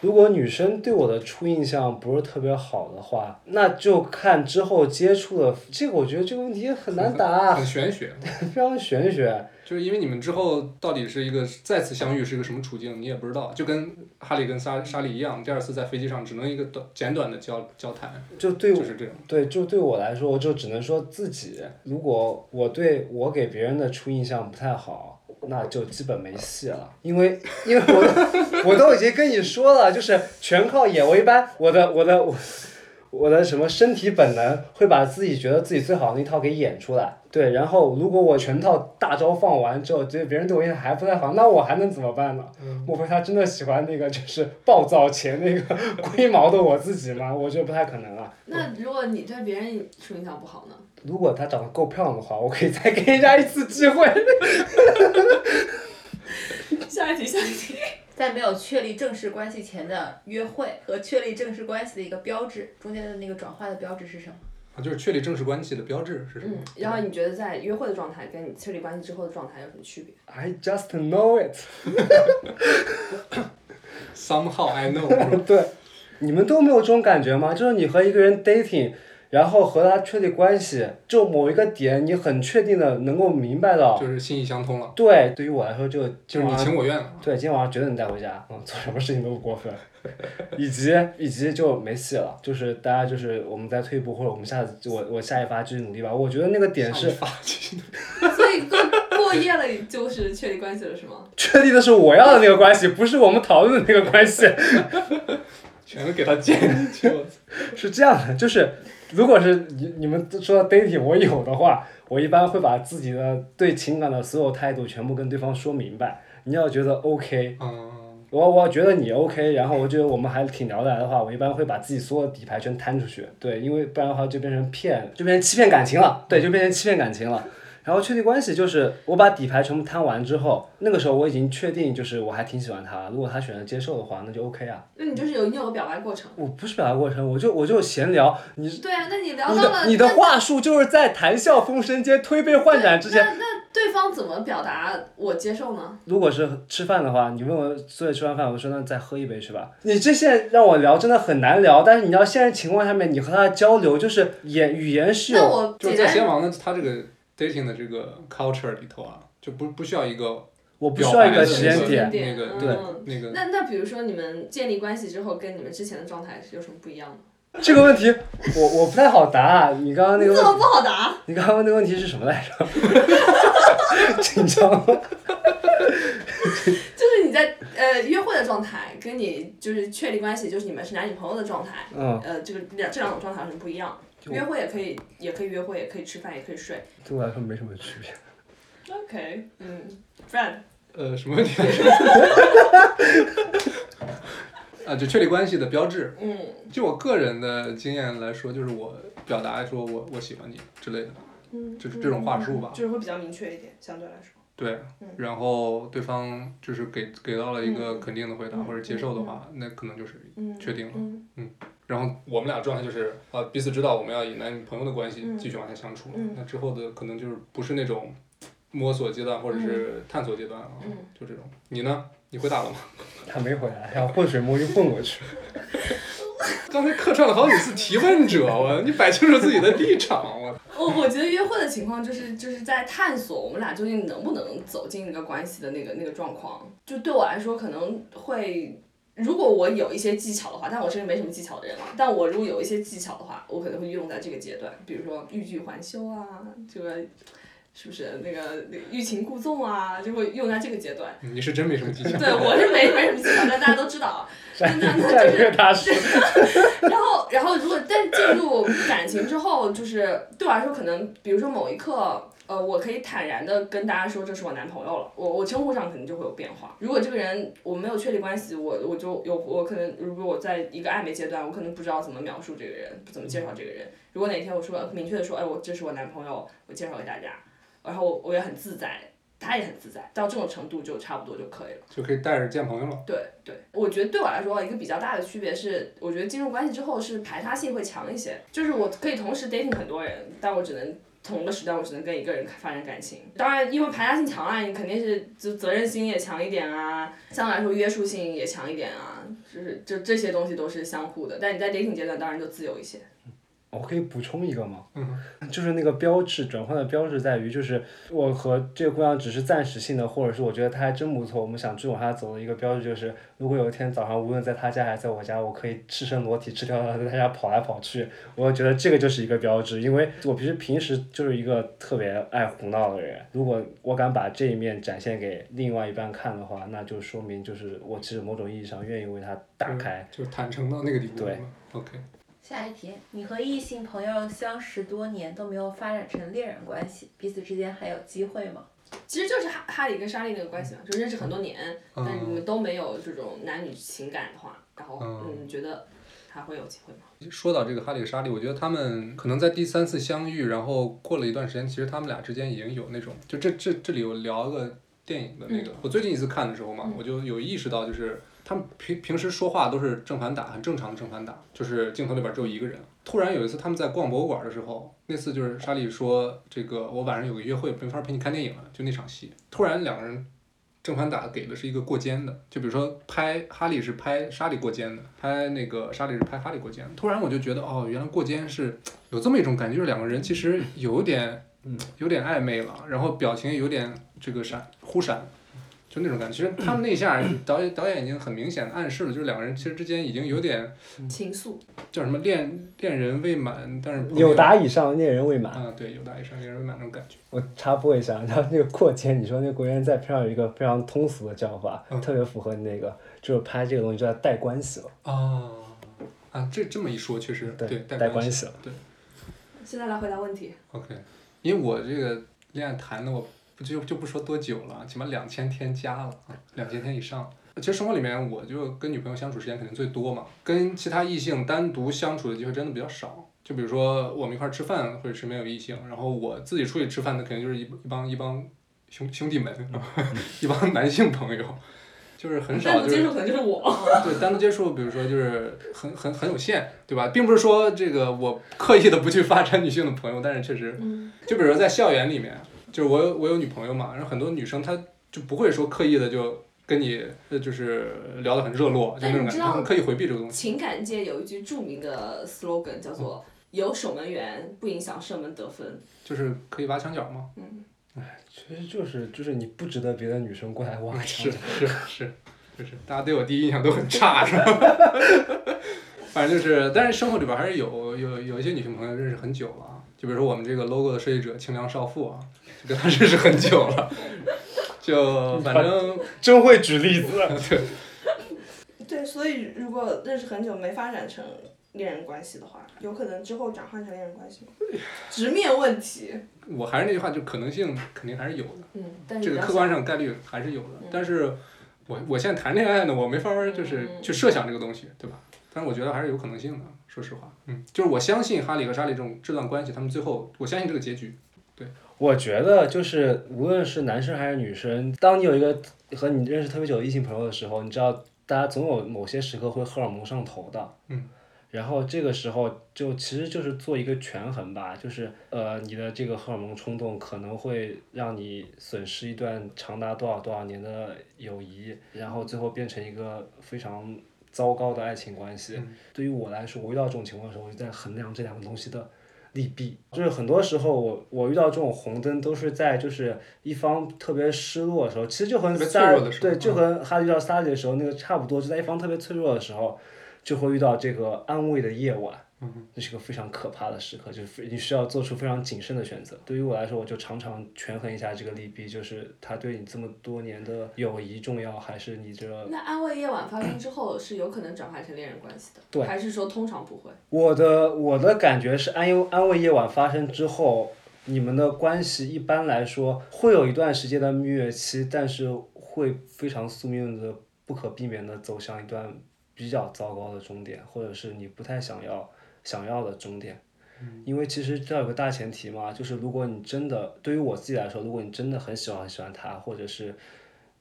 C: 如果女生对我的初印象不是特别好的话，那就看之后接触的，这个我觉得这个问题很难答，啊
B: 很玄学。
C: 非常玄学。
B: 就是因为你们之后到底是一个再次相遇是一个什么处境，你也不知道，就跟哈利跟莎莎莉一样，第二次在飞机上只能一个短简短的交交谈，
C: 就对
B: 就是这种。
C: 对，就对我来说，我就只能说自己，如果我对我给别人的初印象不太好，那就基本没戏了，因为因为我我都已经跟你说了，就是全靠演。我一般我的我的我我的什么身体本能会把自己觉得自己最好的那套给演出来，对。然后如果我全套大招放完之后，觉得别人对我印象还不太好，那我还能怎么办呢？莫非他真的喜欢那个就是暴躁且那个 龟毛的我自己吗？我觉得不太可能啊。
A: 那如果你对别人初印象不好呢？
C: 如果她长得够漂亮的话，我可以再给人家一次机会。
A: 下一题，下一题。
D: 在没有确立正式关系前的约会和确立正式关系的一个标志，中间的那个转化的标志是什么？
B: 啊，就是确立正式关系的标志是什么
A: 嗯？，然后你觉得在约会的状态跟你确立关系之后的状态有什么区别？
C: I just know it
B: ，somehow I know，
C: 对，你们都没有这种感觉吗？就是你和一个人 dating，然后和他确立关系，就某一个点，你很确定的能够明白到。
B: 就是心意相通了，
C: 对，对于我来说，就
B: 就
C: 今
B: 是你
C: 晚上，
B: 情我愿了。
C: 对，今天晚上绝对能带回家，嗯，做什么事情都不过 分，以及以及就没戏了，就是大家就是我们再退一步，或者我们下次我我下一发继续努力吧。我觉得那个点是
B: 上发际
A: 所以过过夜了就是确立关系了是吗？
C: 确立的是我要的那个关系，不是我们讨论的那个关系。
B: 全都给他建进去了。
C: 是这样的，就是如果是你你们说到 dating，我有的话，我一般会把自己的对情感的所有态度全部跟对方说明白。你要觉得 OK，
B: 嗯，
C: 我我觉得你 OK，然后我觉得我们还挺聊得来的话，我一般会把自己所有底牌全摊出去。对，因为不然的话就变成骗，就变成欺骗感情了。对，就变成欺骗感情了。然后确定关系就是我把底牌全部摊完之后，那个时候我已经确定就是我还挺喜欢他，如果他选择接受的话，那就 OK 啊。
A: 那你就是有你有个表白过程。
C: 我不是表达过程，我就我就闲聊，你
A: 对啊，那你聊
C: 你
A: 到了
C: 的你的话术就是在谈笑风生间推杯换盏之前，
A: 那那对方怎么表达我接受呢？
C: 如果是吃饭的话，你问我所以吃完饭，我说那再喝一杯去吧。你这现在让我聊真的很难聊，但是你要现在情况下面，你和他的交流就是言语言是
A: 那
C: 有
A: 我
B: 就是
A: 简
B: 在先
A: 单
B: 王的他这个 dating 的这个 culture 里头啊，就不不需要一个
C: 我不
B: 表
C: 需要一
B: 白
C: 个
B: 的
C: 时
B: 那
C: 间
B: 个
C: 点，
B: 那
A: 点
B: 个
A: 对
B: 那个
A: 嗯那那比如说你们建立关系之后，跟你们之前的状态是有什么不一样的？
C: 这个问题我我不太好答、啊你刚刚那
A: 你
C: 个
A: 怎
C: 问
A: 么不好答？
C: 你刚刚问那个问题是什么来着？ 紧张了。
A: 就是你在呃约会的状态，跟你就是确立关系，就是你们是男女朋友的状态，
B: 哦
C: 嗯，
A: 呃，这个两这两种状态有什么不一样？
C: 就
A: 约会也可以，也可以约会，也可以吃饭，也可以睡。
C: 对我来说没什么区别。
A: OK，嗯，Fred，
B: 呃什么问题？ 啊，就确立关系的标志。
A: 嗯
B: 就我个人的经验来说，就是我表达说我我喜欢你之类的，
A: 嗯，
B: 就是这种话术吧。
A: 就是会比较明确一点，相对来说。
B: 对
A: 嗯，
B: 然后对方就是给给到了一个肯定的回答
A: 嗯
B: 或者接受的话，那可能就是
A: 嗯，
B: 确定了。
A: 嗯
B: 然后我们俩状态就是啊，彼此知道我们要以男女朋友的关系
A: 嗯
B: 继续往下相处了。
A: 嗯
B: 那之后的可能就是不是那种摸索阶段或者是探索阶段啊，
A: 嗯
B: 就这种。你呢？你回答了吗？
C: 他没回来，然后浑水摸鱼混过 去。
B: 刚才客串了好几次提问者，我 你摆清楚自己的立场，我
A: 我哦我觉得约会的情况就是就是在探索我们俩究竟能不能走进一个关系的那个那个状况。就对我来说，可能会，如果我有一些技巧的话，但我是个没什么技巧的人了。但我如果有一些技巧的话，我可能会用在这个阶段，比如说欲拒还休啊，这个是不是那个那个欲擒故纵啊，就会用在这个阶段。
B: 你是真没什么技巧。
A: 对我是没没什么技巧，但大家都知道啊。
C: 战
A: 那那
C: 战
A: 就是
C: 略大师。
A: 然后，然后如果但进入感情之后，就是对我来说，可能比如说某一刻，呃，我可以坦然的跟大家说这是我男朋友了，我我称呼上可能就会有变化。如果这个人我没有确立关系，我我就有我可能如果我在一个暧昧阶段，我可能不知道怎么描述这个人，不怎么介绍这个人。如果哪天我说明确的说，哎，我这是我男朋友，我介绍给大家，然后我我也很自在，他也很自在，到这种程度就差不多就可以了。
B: 就可以带着见朋友了。
A: 对对，我觉得对我来说一个比较大的区别是，我觉得进入关系之后是排他性会强一些，就是我可以同时 dating 很多人，但我只能同个时段我只能跟一个人发展感情。当然，因为排他性强啊，你肯定是就责任心也强一点啊，相对来说约束性也强一点啊，就是就这些东西都是相互的。但你在 dating 阶段当然就自由一些。
C: 我可以补充一个吗？
B: 嗯，
C: 就是那个标志转换的标志在于，就是我和这个姑娘只是暂时性的，或者是我觉得她还真不错，我们想追往下走的一个标志就是，如果有一天早上无论在她家还是在我家，我可以赤身裸体、赤条条地在她家跑来跑去，我觉得这个就是一个标志，因为我平时平时就是一个特别爱胡闹的人，如果我敢把这一面展现给另外一半看的话，那就说明就是我其实某种意义上愿意为她打开。
B: 就坦诚到那个地步。
C: 对
B: ，OK，
D: 下一题，你和异性朋友相识多年都没有发展成恋人关系，彼此之间还有机会吗？
A: 其实就是哈哈利跟莎莉那个关系嘛，就认识很多年，
B: 嗯
A: 但你们都没有这种男女情感的话，然后
B: 嗯
A: 嗯，你觉得还会有机会吗？
B: 说到这个哈利和莎莉，我觉得他们可能在第三次相遇，然后过了一段时间，其实他们俩之间已经有那种，就这这这里有聊个电影的那个，我最近一次看的时候嘛，我就有意识到，就是他们平平时说话都是正反打，很正常的正反打，就是镜头里边只有一个人。突然有一次他们在逛博物馆的时候，那次就是莎莉说这个我晚上有个约会，没法陪你看电影了，就那场戏，突然两个人正反打给的是一个过肩的，就比如说拍哈利是拍莎莉过肩的，拍那个莎莉是拍哈利过肩的。突然我就觉得哦，原来过肩是有这么一种感觉，就是两个人其实有 点
E: 嗯
B: 有点暧昧了，然后表情有点这个闪忽闪，就那种感觉。其实他们那一下导演导演已经很明显地暗示了，就是两个人其实之间已经有点
A: 情愫，
B: 叫什么恋恋人未满，但是朋友
C: 有达以上，恋人未满。
B: 啊，对，有达以上恋人未满那种感觉。
C: 我插播一下，然后那个过肩，你说那个国人在片上有一个非常通俗的叫法，
B: 嗯
C: 特别符合你那个，就是拍这个东西就在带关系了，
B: 啊啊，这这么一说确实嗯对带
C: 带
B: 关
C: 系了。
B: 对
A: 现在来回答问题。
B: OK，因为我这个恋爱谈的我不就就不说多久了，起码两千天加了啊，两千天以上了。其实生活里面，我就跟女朋友相处时间肯定最多嘛，跟其他异性单独相处的机会真的比较少。就比如说我们一块儿吃饭，或者身边有异性，然后我自己出去吃饭，那肯定就是一一帮一帮兄兄弟们， 一帮男性朋友，就是很
A: 单
B: 少
A: 独
B: 就是
A: 接触可能就是我。
B: 对，单独接触，比如说就是很很很有限，对吧？并不是说这个我刻意的不去发展女性的朋友，但是确实，
A: 嗯
B: 就比如说在校园里面，就是我有我有女朋友嘛，然后很多女生她就不会说刻意的就跟你呃就是聊得很热络，就
A: 但
B: 那种感
A: 哎你知
B: 觉，她
A: 道
B: 们刻意回避这个东西。
A: 情感界有一句著名的 slogan 叫做
B: 嗯
A: “有守门员不影响射门得分
B: 就是可以挖墙角嘛，
C: 其实就是就是你不值得别的女生过来挖墙
B: 是，是是，就是大家对我第一印象都很差，是吧？ 反正就是，但是生活里边还是有有有一些女性朋友认识很久了啊，就比如说我们这个 logo 的设计者清凉少妇啊，就跟她认识很久了，就反正
C: 真会举例子。
F: 对，所以如果认识很久没发展成恋人关系的话，有可能之后转换成恋人关系吗？直面问题，
B: 我还是那句话，就可能性肯定还是有的”。，
A: 嗯，但
B: 这
A: 是
B: 个
A: 比较
B: 客观上概率还是有的
F: 嗯。
B: 但是我我现在谈恋爱呢，我没法儿就是
A: 嗯
B: 去设想这个东西，对吧？但是我觉得还是有可能性的，说实话，嗯，就是我相信哈利和莎莉这种这段关系，他们最后我相信这个结局，
C: 我觉得就是无论是男生还是女生，当你有一个和你认识特别久的异性朋友的时候，你知道大家总有某些时刻会荷尔蒙上头的。
B: 嗯。
C: 然后这个时候就其实就是做一个权衡吧，就是呃你的这个荷尔蒙冲动可能会让你损失一段长达多少多少年的友谊，然后最后变成一个非常糟糕的爱情关系。
B: 嗯
C: 对于我来说，我遇到这种情况的时候，我就在衡量这两个东西的利弊。就是很多时候我，我遇到这种红灯，都是在就是一方特别失落的时候，其实就和
B: 特别脆
C: 萨
B: 弱的时候
C: 对，
B: 嗯
C: 就和哈利遇到萨利的时候那个差不多，就在一方特别脆弱的时候，就会遇到这个安慰的夜晚。这是个非常可怕的时刻，就是非你需要做出非常谨慎的选择。对于我来说，我就常常权衡一下这个利弊，就是他对你这么多年的友谊重要，还是你这
A: 那安慰夜晚发生之后是有可能转化成恋人关系的，
C: 对
A: 还是说通常不会？
C: 我的我的感觉是安忧安慰夜晚发生之后，你们的关系一般来说会有一段时间的蜜月期，但是会非常宿命的不可避免的走向一段比较糟糕的终点，或者是你不太想要想要的终点。因为其实这有个大前提嘛，就是如果你真的对于我自己来说，如果你真的很喜欢很喜欢他，或者是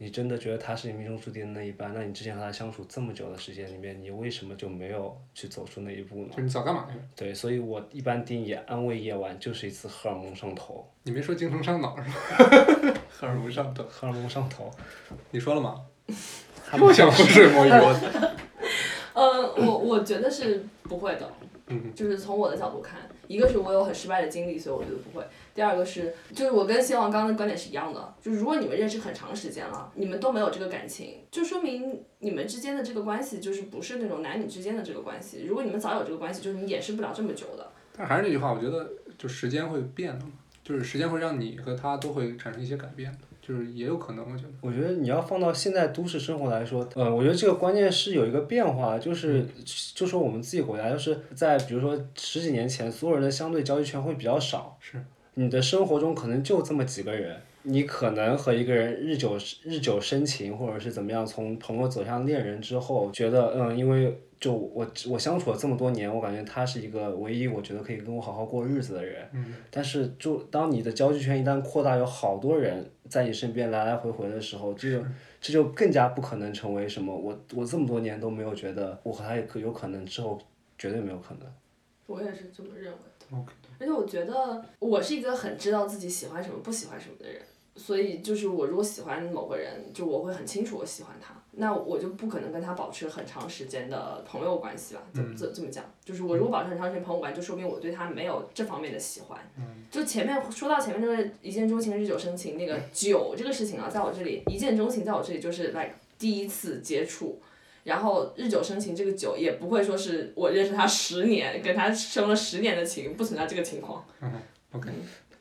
C: 你真的觉得他是你命中注定的那一半，那你之前和他相处这么久的时间里面，你为什么就没有去走出那一步呢？
B: 就你早干嘛去了？
C: 对，所以我一般定义安慰夜晚就是一次荷尔蒙上头，
B: 你没说精神上脑是吧？荷尔蒙上头，
C: 荷尔蒙 上头，
B: 你说了吗？
C: 他
B: 又
C: 们
B: 想浑水摸鱼，我
A: 呃，我我觉得是不会的，
B: 嗯，
A: 就是从我的角度看，一个是我有很失败的经历，所以我觉得不会；第二个是，就是我跟新王刚刚的观点是一样的，就是如果你们认识很长时间了，你们都没有这个感情，就说明你们之间的这个关系就是不是那种男女之间的这个关系。如果你们早有这个关系，就是你掩饰不了这么久的。
B: 但还是那句话，我觉得就时间会变的嘛，就是时间会让你和他都会产生一些改变的，就是也有可能，我觉得。
C: 我觉得你要放到现在都市生活来说，呃，我觉得这个观念是有一个变化，就是就说我们自己国家，就是在比如说十几年前，所有人的相对交际圈会比较少，
B: 是
C: 你的生活中可能就这么几个人，你可能和一个人日久日久生情，或者是怎么样，从朋友走向恋人之后，觉得嗯，因为就我我相处了这么多年，我感觉他是一个唯一我觉得可以跟我好好过日子的人。嗯、但是就当你的交际圈一旦扩大，有好多人在你身边来来回回的时候，这就这就更加不可能成为什么。我我这么多年都没有觉得我和他有可有可能，之后绝对没有可能。
A: 我也是这么认为的。而且我觉得我是一个很知道自己喜欢什么、不喜欢什么的人，所以就是我如果喜欢某个人，就我会很清楚我喜欢他，那我就不可能跟他保持很长时间的朋友关系吧？怎么怎这么讲？就是我如果保持很长时间朋友关系，就说明我对他没有这方面的喜欢。就前面说到前面那个一见钟情、日久生情，那个酒这个事情啊，在我这里一见钟情，在我这里就是 like 第一次接触。然后日久生情，这个久也不会说是我认识他十年，跟他生了十年的情，不存在这个情况。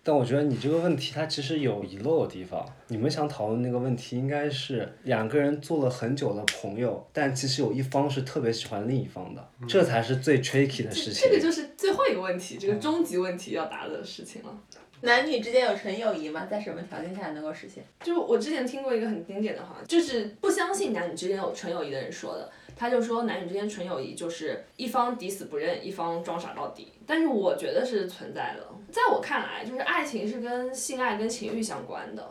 C: 但我觉得你这个问题它其实有遗漏的地方。你们想讨论那个问题，应该是两个人做了很久的朋友，但其实有一方是特别喜欢另一方的，这才是最 tricky 的事情
A: 这。个就是嗯最后一个问题，这个终极问题要答的事情了。
D: 男女之间有纯友谊吗？在什么条件下能够 实现？
A: 就我之前听过一个很经典的话，就是不相信男女之间有纯友谊的人说的，他就说男女之间纯友谊就是一方抵死不认，一方装傻到底。但是我觉得是存在的，在我看来，就是爱情是跟性爱跟情欲相关的，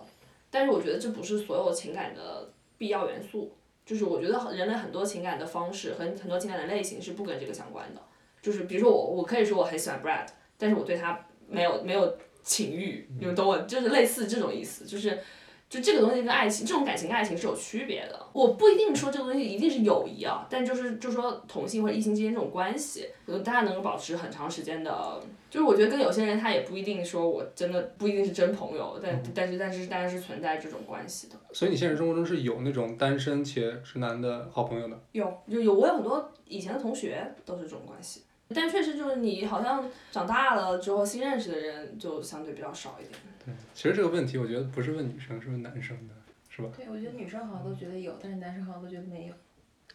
A: 但是我觉得这不是所有情感的必要元素。就是我觉得人类很多情感的方式和很多情感的类型是不跟这个相关的。就是比如说我，我可以说我很喜欢 Brad，但是我对他没有没有情欲，你们懂我，就是类似这种意思，就是就这个东西跟爱情，这种感情跟爱情是有区别的。我不一定说这个东西一定是友谊啊，但就是就说同性或者异性之间这种关系，嗯大家能够保持很长时间的，就是我觉得跟有些人他也不一定说我真的不一定是真朋友，但但是但是但是存在这种关系的。
B: 所以你现实生活中是有那种单身且直男的好朋友的，
A: 有，就有我有很多以前的同学都是这种关系，但确实就是你好像长大了之后新认识的人就相对比较少一点。
B: 其实这个问题我觉得不是问女生，是问男生的，是吧？
D: 对，我觉得女生好像都觉得有，但是男生好像都觉得没有。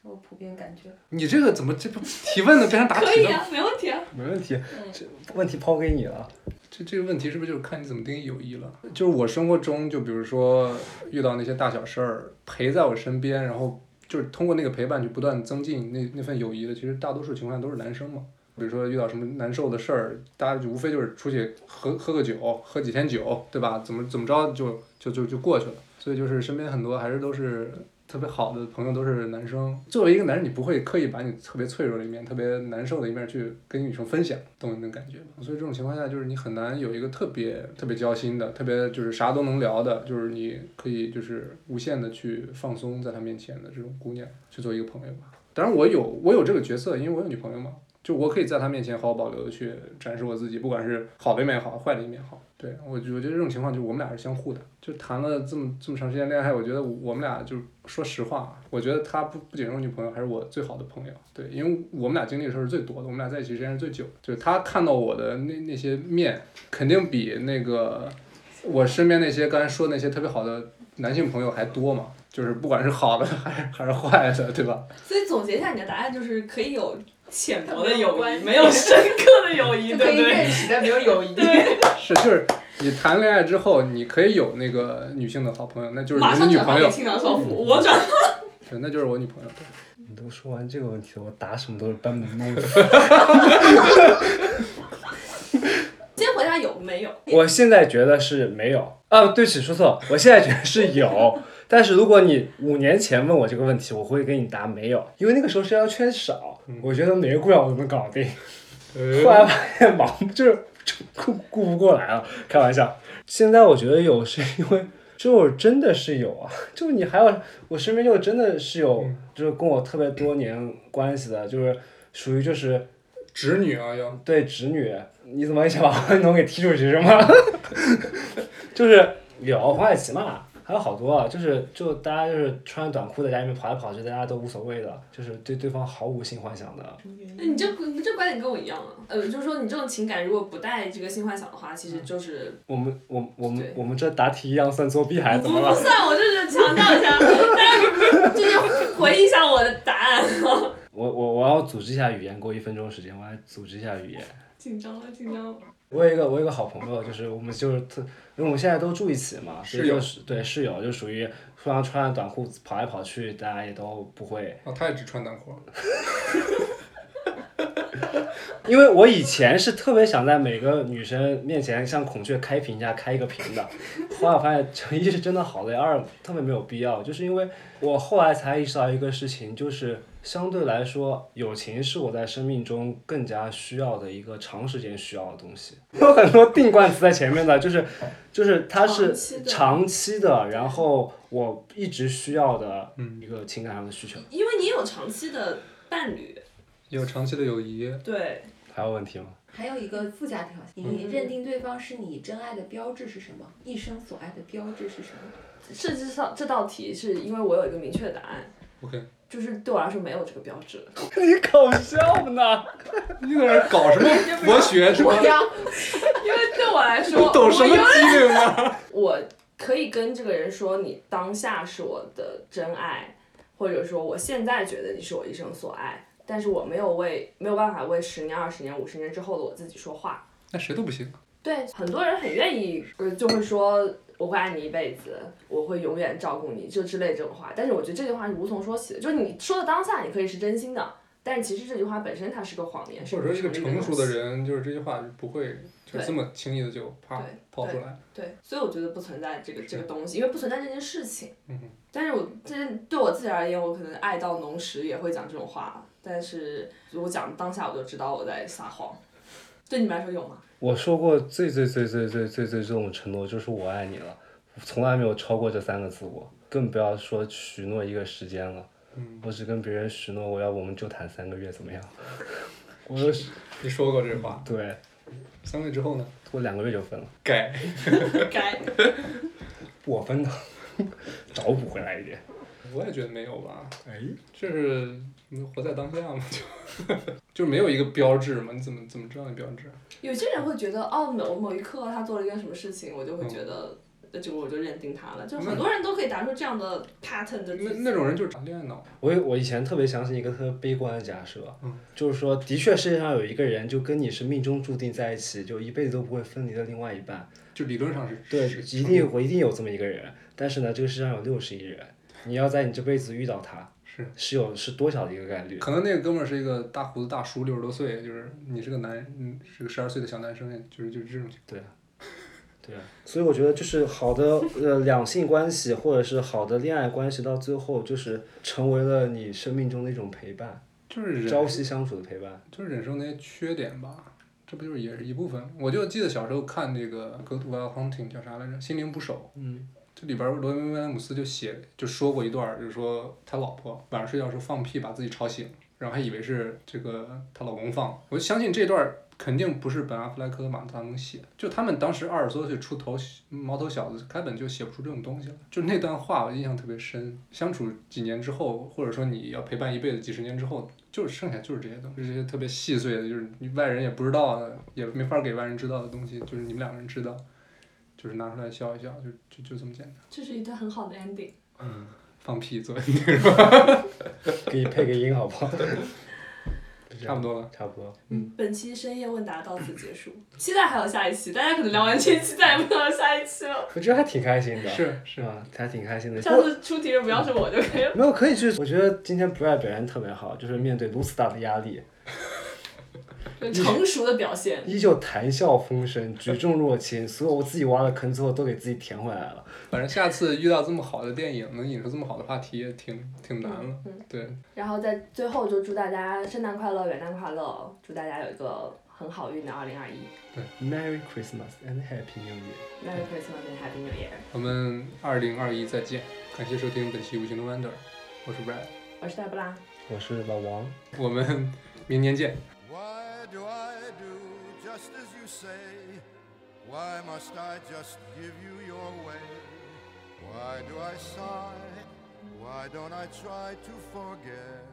D: 我普遍感觉，
B: 你这个怎么这不提问的变成答
A: 可
B: 题
A: 以
B: 了？
A: 啊，没问题啊。
C: 没问题，这问题抛给你了。
B: 这这个问题是不是就是看你怎么定义友谊了？就是我生活中，就比如说遇到那些大小事儿，陪在我身边，然后就是通过那个陪伴去不断增进那那份友谊的，其实大多数情况下都是男生嘛。比如说遇到什么难受的事儿，大家就无非就是出去喝喝个酒，喝几天酒，对吧？怎么怎么着就就就就过去了。所以就是身边很多还是都是特别好的朋友都是男生。作为一个男人，你不会刻意把你特别脆弱的一面、特别难受的一面去跟女生分享，懂那种感觉吗？所以这种情况下，就是你很难有一个特别特别交心的、特别就是啥都能聊的，就是你可以就是无限的去放松在她面前的这种姑娘去做一个朋友吧。当然，我有我有这个角色，因为我有女朋友嘛，就我可以在她面前毫无保留的去展示我自己，不管是好的一面也好，坏的一面也好。对我，我觉得这种情况就是我们俩是相互的，就谈了这么这么长时间恋爱，我觉得我们俩就是说实话啊，我觉得她不不仅是我女朋友，还是我最好的朋友。对，因为我们俩经历的事儿是最多的，我们俩在一起时间是最久的，就是她看到我的那那些面，肯定比那个我身边那些刚才说那些特别好的男性朋友还多嘛。就是不管是好的还是还是坏的，对吧？
A: 所以总结一下，你的答案就是可以有浅薄的
D: 没有
A: 友
D: 关
A: 谊，
D: 系
A: 没有深刻的友谊，
D: 就
A: 对
D: 可
A: 不
D: 以
A: 对？
D: 认识，但没有友谊。
B: 是，就是你谈恋爱之后，你可以有那个女性的好朋友，那就是
A: 马
B: 你的
A: 上
B: 女
A: 转发
B: 朋
A: 给
B: 友，
A: 清凉少妇，我转发。
B: 对，那就是我女朋友。对
C: 你都说完这个问题了，我答什么都是班门弄斧。
A: 先回答有没有？
C: 我现在觉得是没有啊，对不起，说错了，我现在觉得是有。 但是如果你五年前问我这个问题，我会给你答没有，因为那个时候社交圈少，我觉得每个姑娘我都能搞定。
B: 呃
C: 后来发现忙，就是就顾顾不过来了，开玩笑。现在我觉得有，是因为就是真的是有啊， 就是你还要我身边就真的是有，就是跟我特别多年关系的，就是属于就是
B: 直女啊，要
C: 对侄女，你怎么一下把万农给踢出去是吗？ 就是有黄海琪嘛，还有好多啊，就是就大家就是穿着短裤在家里面跑来跑去，大家都无所谓的，就是对对方毫无性幻想的。
A: 那你这你这观点跟我一样啊。嗯呃，就是说你这种情感如果不带这个性幻想的话，其实就是
C: 我们我我们
A: 对
C: 我们这答题一样算作弊还是
A: 不
C: 怎么
A: 不
C: 了？
A: 算，我就是强调一下，大家就是回忆一下我的答 案。
C: 我我我要组织一下语言，给我一分钟时间，我来组织一下语言。
A: 紧张了，紧张了。
C: 我有一个我有一个好朋友，就是我们就是特，因为我们现在都住一起嘛，所以
B: 室友
C: 就是对室友就属于互相穿着短裤跑来跑去，大家也都不会。
B: 哦，他也只穿短裤。
C: 因为我以前是特别想在每个女生面前像孔雀开屏一样开一个屏的，后来我发现这一是真的好累，二特别没有必要，就是因为我后来才意识到一个事情，就是相对来说，友情是我在生命中更加需要的一个长时间需要的东西。 有很多定冠词在前面的，就是就是它是
G: 长期的
C: 长期的，然后我一直需要的
G: 嗯
C: 一个情感上的需求。
A: 因为你有长期的伴侣，
B: 也有长期的友谊，
A: 对，
C: 还有问题吗？
D: 还有一个附加条件，
B: 嗯
D: 你认定对方是你真爱的标志是什么？一生所爱的标志是什么？
A: 这这道这道题是因为我有一个明确的答案。
B: OK
A: 就是对我来说没有这个标志，
C: 你搞笑呢？
B: 你在那儿搞什 么佛学是吧？
A: 因为对我来说，
B: 懂什
A: 我
B: 么
A: 有
B: 机灵啊？
A: 我可以跟这个人说，你当下是我的真爱，或者说我现在觉得你是我一生所爱，但是我没有为没有办法为十年、二十年、五十年之后的我自己说话。
B: 那谁都不行。
A: 对，很多人很愿意，呃，就会说我会爱你一辈子，我会永远照顾你，就之类这种话。但是我觉得这句话是无从说起的，就是你说的当下，你可以是真心的，但是其实这句话本身它是个谎言，是
B: 或者说，一个
A: 不成立
B: 成熟的
A: 东西。
B: 人，就是这句话不会就
A: 对
B: 这么轻易的就啪
A: 对
B: 跑出来。
A: 对，所以我觉得不存在这个这个东西，因为不存在这件事情。
B: 嗯哼，
A: 但是我这对我自己而言，我可能爱到浓时也会讲这种话，但是我讲当下我就知道我在撒谎。对你们来说有吗？
C: 我说过最最最最最最最这种承诺就是我爱你了，从来没有超过这三个字过，更不要说许诺一个时间了。我只跟别人许诺，我要我们就谈三个月，怎么样？我说是
B: 你说过这话，
C: 对，
B: 三个月之后呢？
C: 我两个月就分了，
B: 改。
A: 该
C: 我分的， 找补回来一点。
B: 我也觉得没有吧，
C: 哎，
B: 就是你活在当下嘛，就 就没有一个标志嘛，你怎么怎么知道你标志？
A: 有些人会觉得哦，某某一刻他做了一件什么事情，我就会觉得。
B: 嗯
A: 呃这个我就认定他了，就很多人都可以答出这样的 pattern 的句
B: 那
A: 子。
B: 那种人就是长恋爱脑，
C: 我我以前特别相信一个特别悲观的假设，
B: 嗯
C: 就是说，的确世界上有一个人就跟你是命中注定在一起，就一辈子都不会分离的另外一半。
B: 就理论上是
C: 对，
B: 是
C: 一定我一定有这么一个人，但是呢，这个世界上有六十亿人，你要在你这辈子遇到他，
B: 是
C: 是有是多少的一个概率？
B: 可能那个哥们儿是一个大胡子大叔，六十多岁，就是你是个男，嗯，是个十二岁的小男生，就是就是这种情
C: 对啊，对啊，所以我觉得就是好的呃两性关系或者是好的恋爱关系，到最后就是成为了你生命中的一种陪伴，
B: 况，就是人
C: 朝夕相处的陪伴。
B: 就是忍受那些缺点吧，这不就是也是一部分？我就记得小时候看这个《Go to Wild Hunting》叫啥来着，《心灵捕手》。
C: 嗯。
B: 这里边儿罗宾威廉姆斯就写就说过一段儿，就是说他老婆晚上睡觉的时候放屁把自己吵醒，然后还以为是这个她老公放。我就相信这段儿肯定不是本阿弗莱克和马特达蒙写，就他们当时二十多岁出头毛头小子，根本就写不出这种东西来。就那段话我印象特别深，相处几年之后，或者说你要陪伴一辈子几十年之后，就是剩下就是这些东西，这些特别细碎的，就是你外人也不知道的，也没法给外人知道的东西，就是你们两个人知道，就是拿出来笑一笑，就就就这么简单。
A: 这是一段很好的 ending。
B: 放屁做，
C: 给你配个音好不 好？就这样
B: 差不多了。
C: 差不多。
A: 本期深夜问答到此结束，期待还有下一期。大家可能聊完这期，再也不聊下一期了。
C: 我觉得还挺开心的，
B: 是
C: 是
B: 是，
C: 吧？还挺开心的。
A: 下次出题人不要是我就可以了。
C: 没有可以去，我觉得今天 Brad 表现特别好，就是面对如此大的压力，
A: 成熟的表现，
C: 依旧谈笑风生，举重若轻，所有我自己挖的坑最后都给自己填回来了。
B: 反正下次遇到这么好的电影，能引出这么好的话题，也挺挺难了。对，
A: 然后在最后就祝大家圣诞快乐、元旦快乐，祝大家有一个很好运的二零二一。
C: Merry Christmas and Happy New Year。
A: Merry Christmas and Happy New Year！
B: 我们二零二一再见，感谢收听本期《无形的 Wonder》，我是 Brad，
A: 我是黛布拉。
C: 我是老王。
B: 我们明年见。
H: Why do I do just as you say? Why must I just give you your way? Why do I sigh? Why don't I try to forget?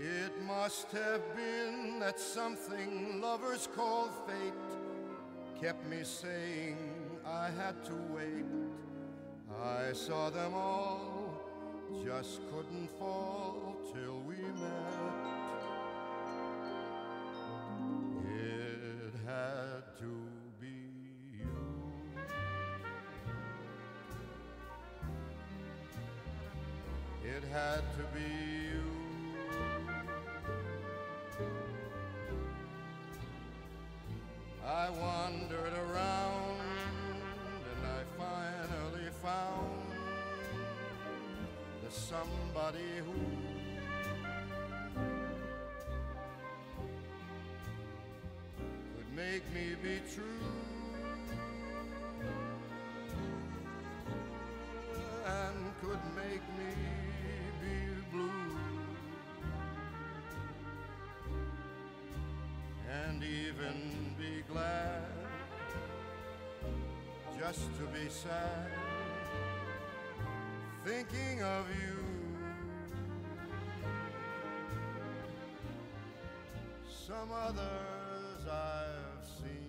H: It must have been that something lovers call fate kept me saying I had to wait. I saw them all, just couldn't fall till we met. It it had to be you. I wandered around and I finally found the somebody who could make me be true and could make me be blue. and even be glad just to be sad thinking of you some others I've seen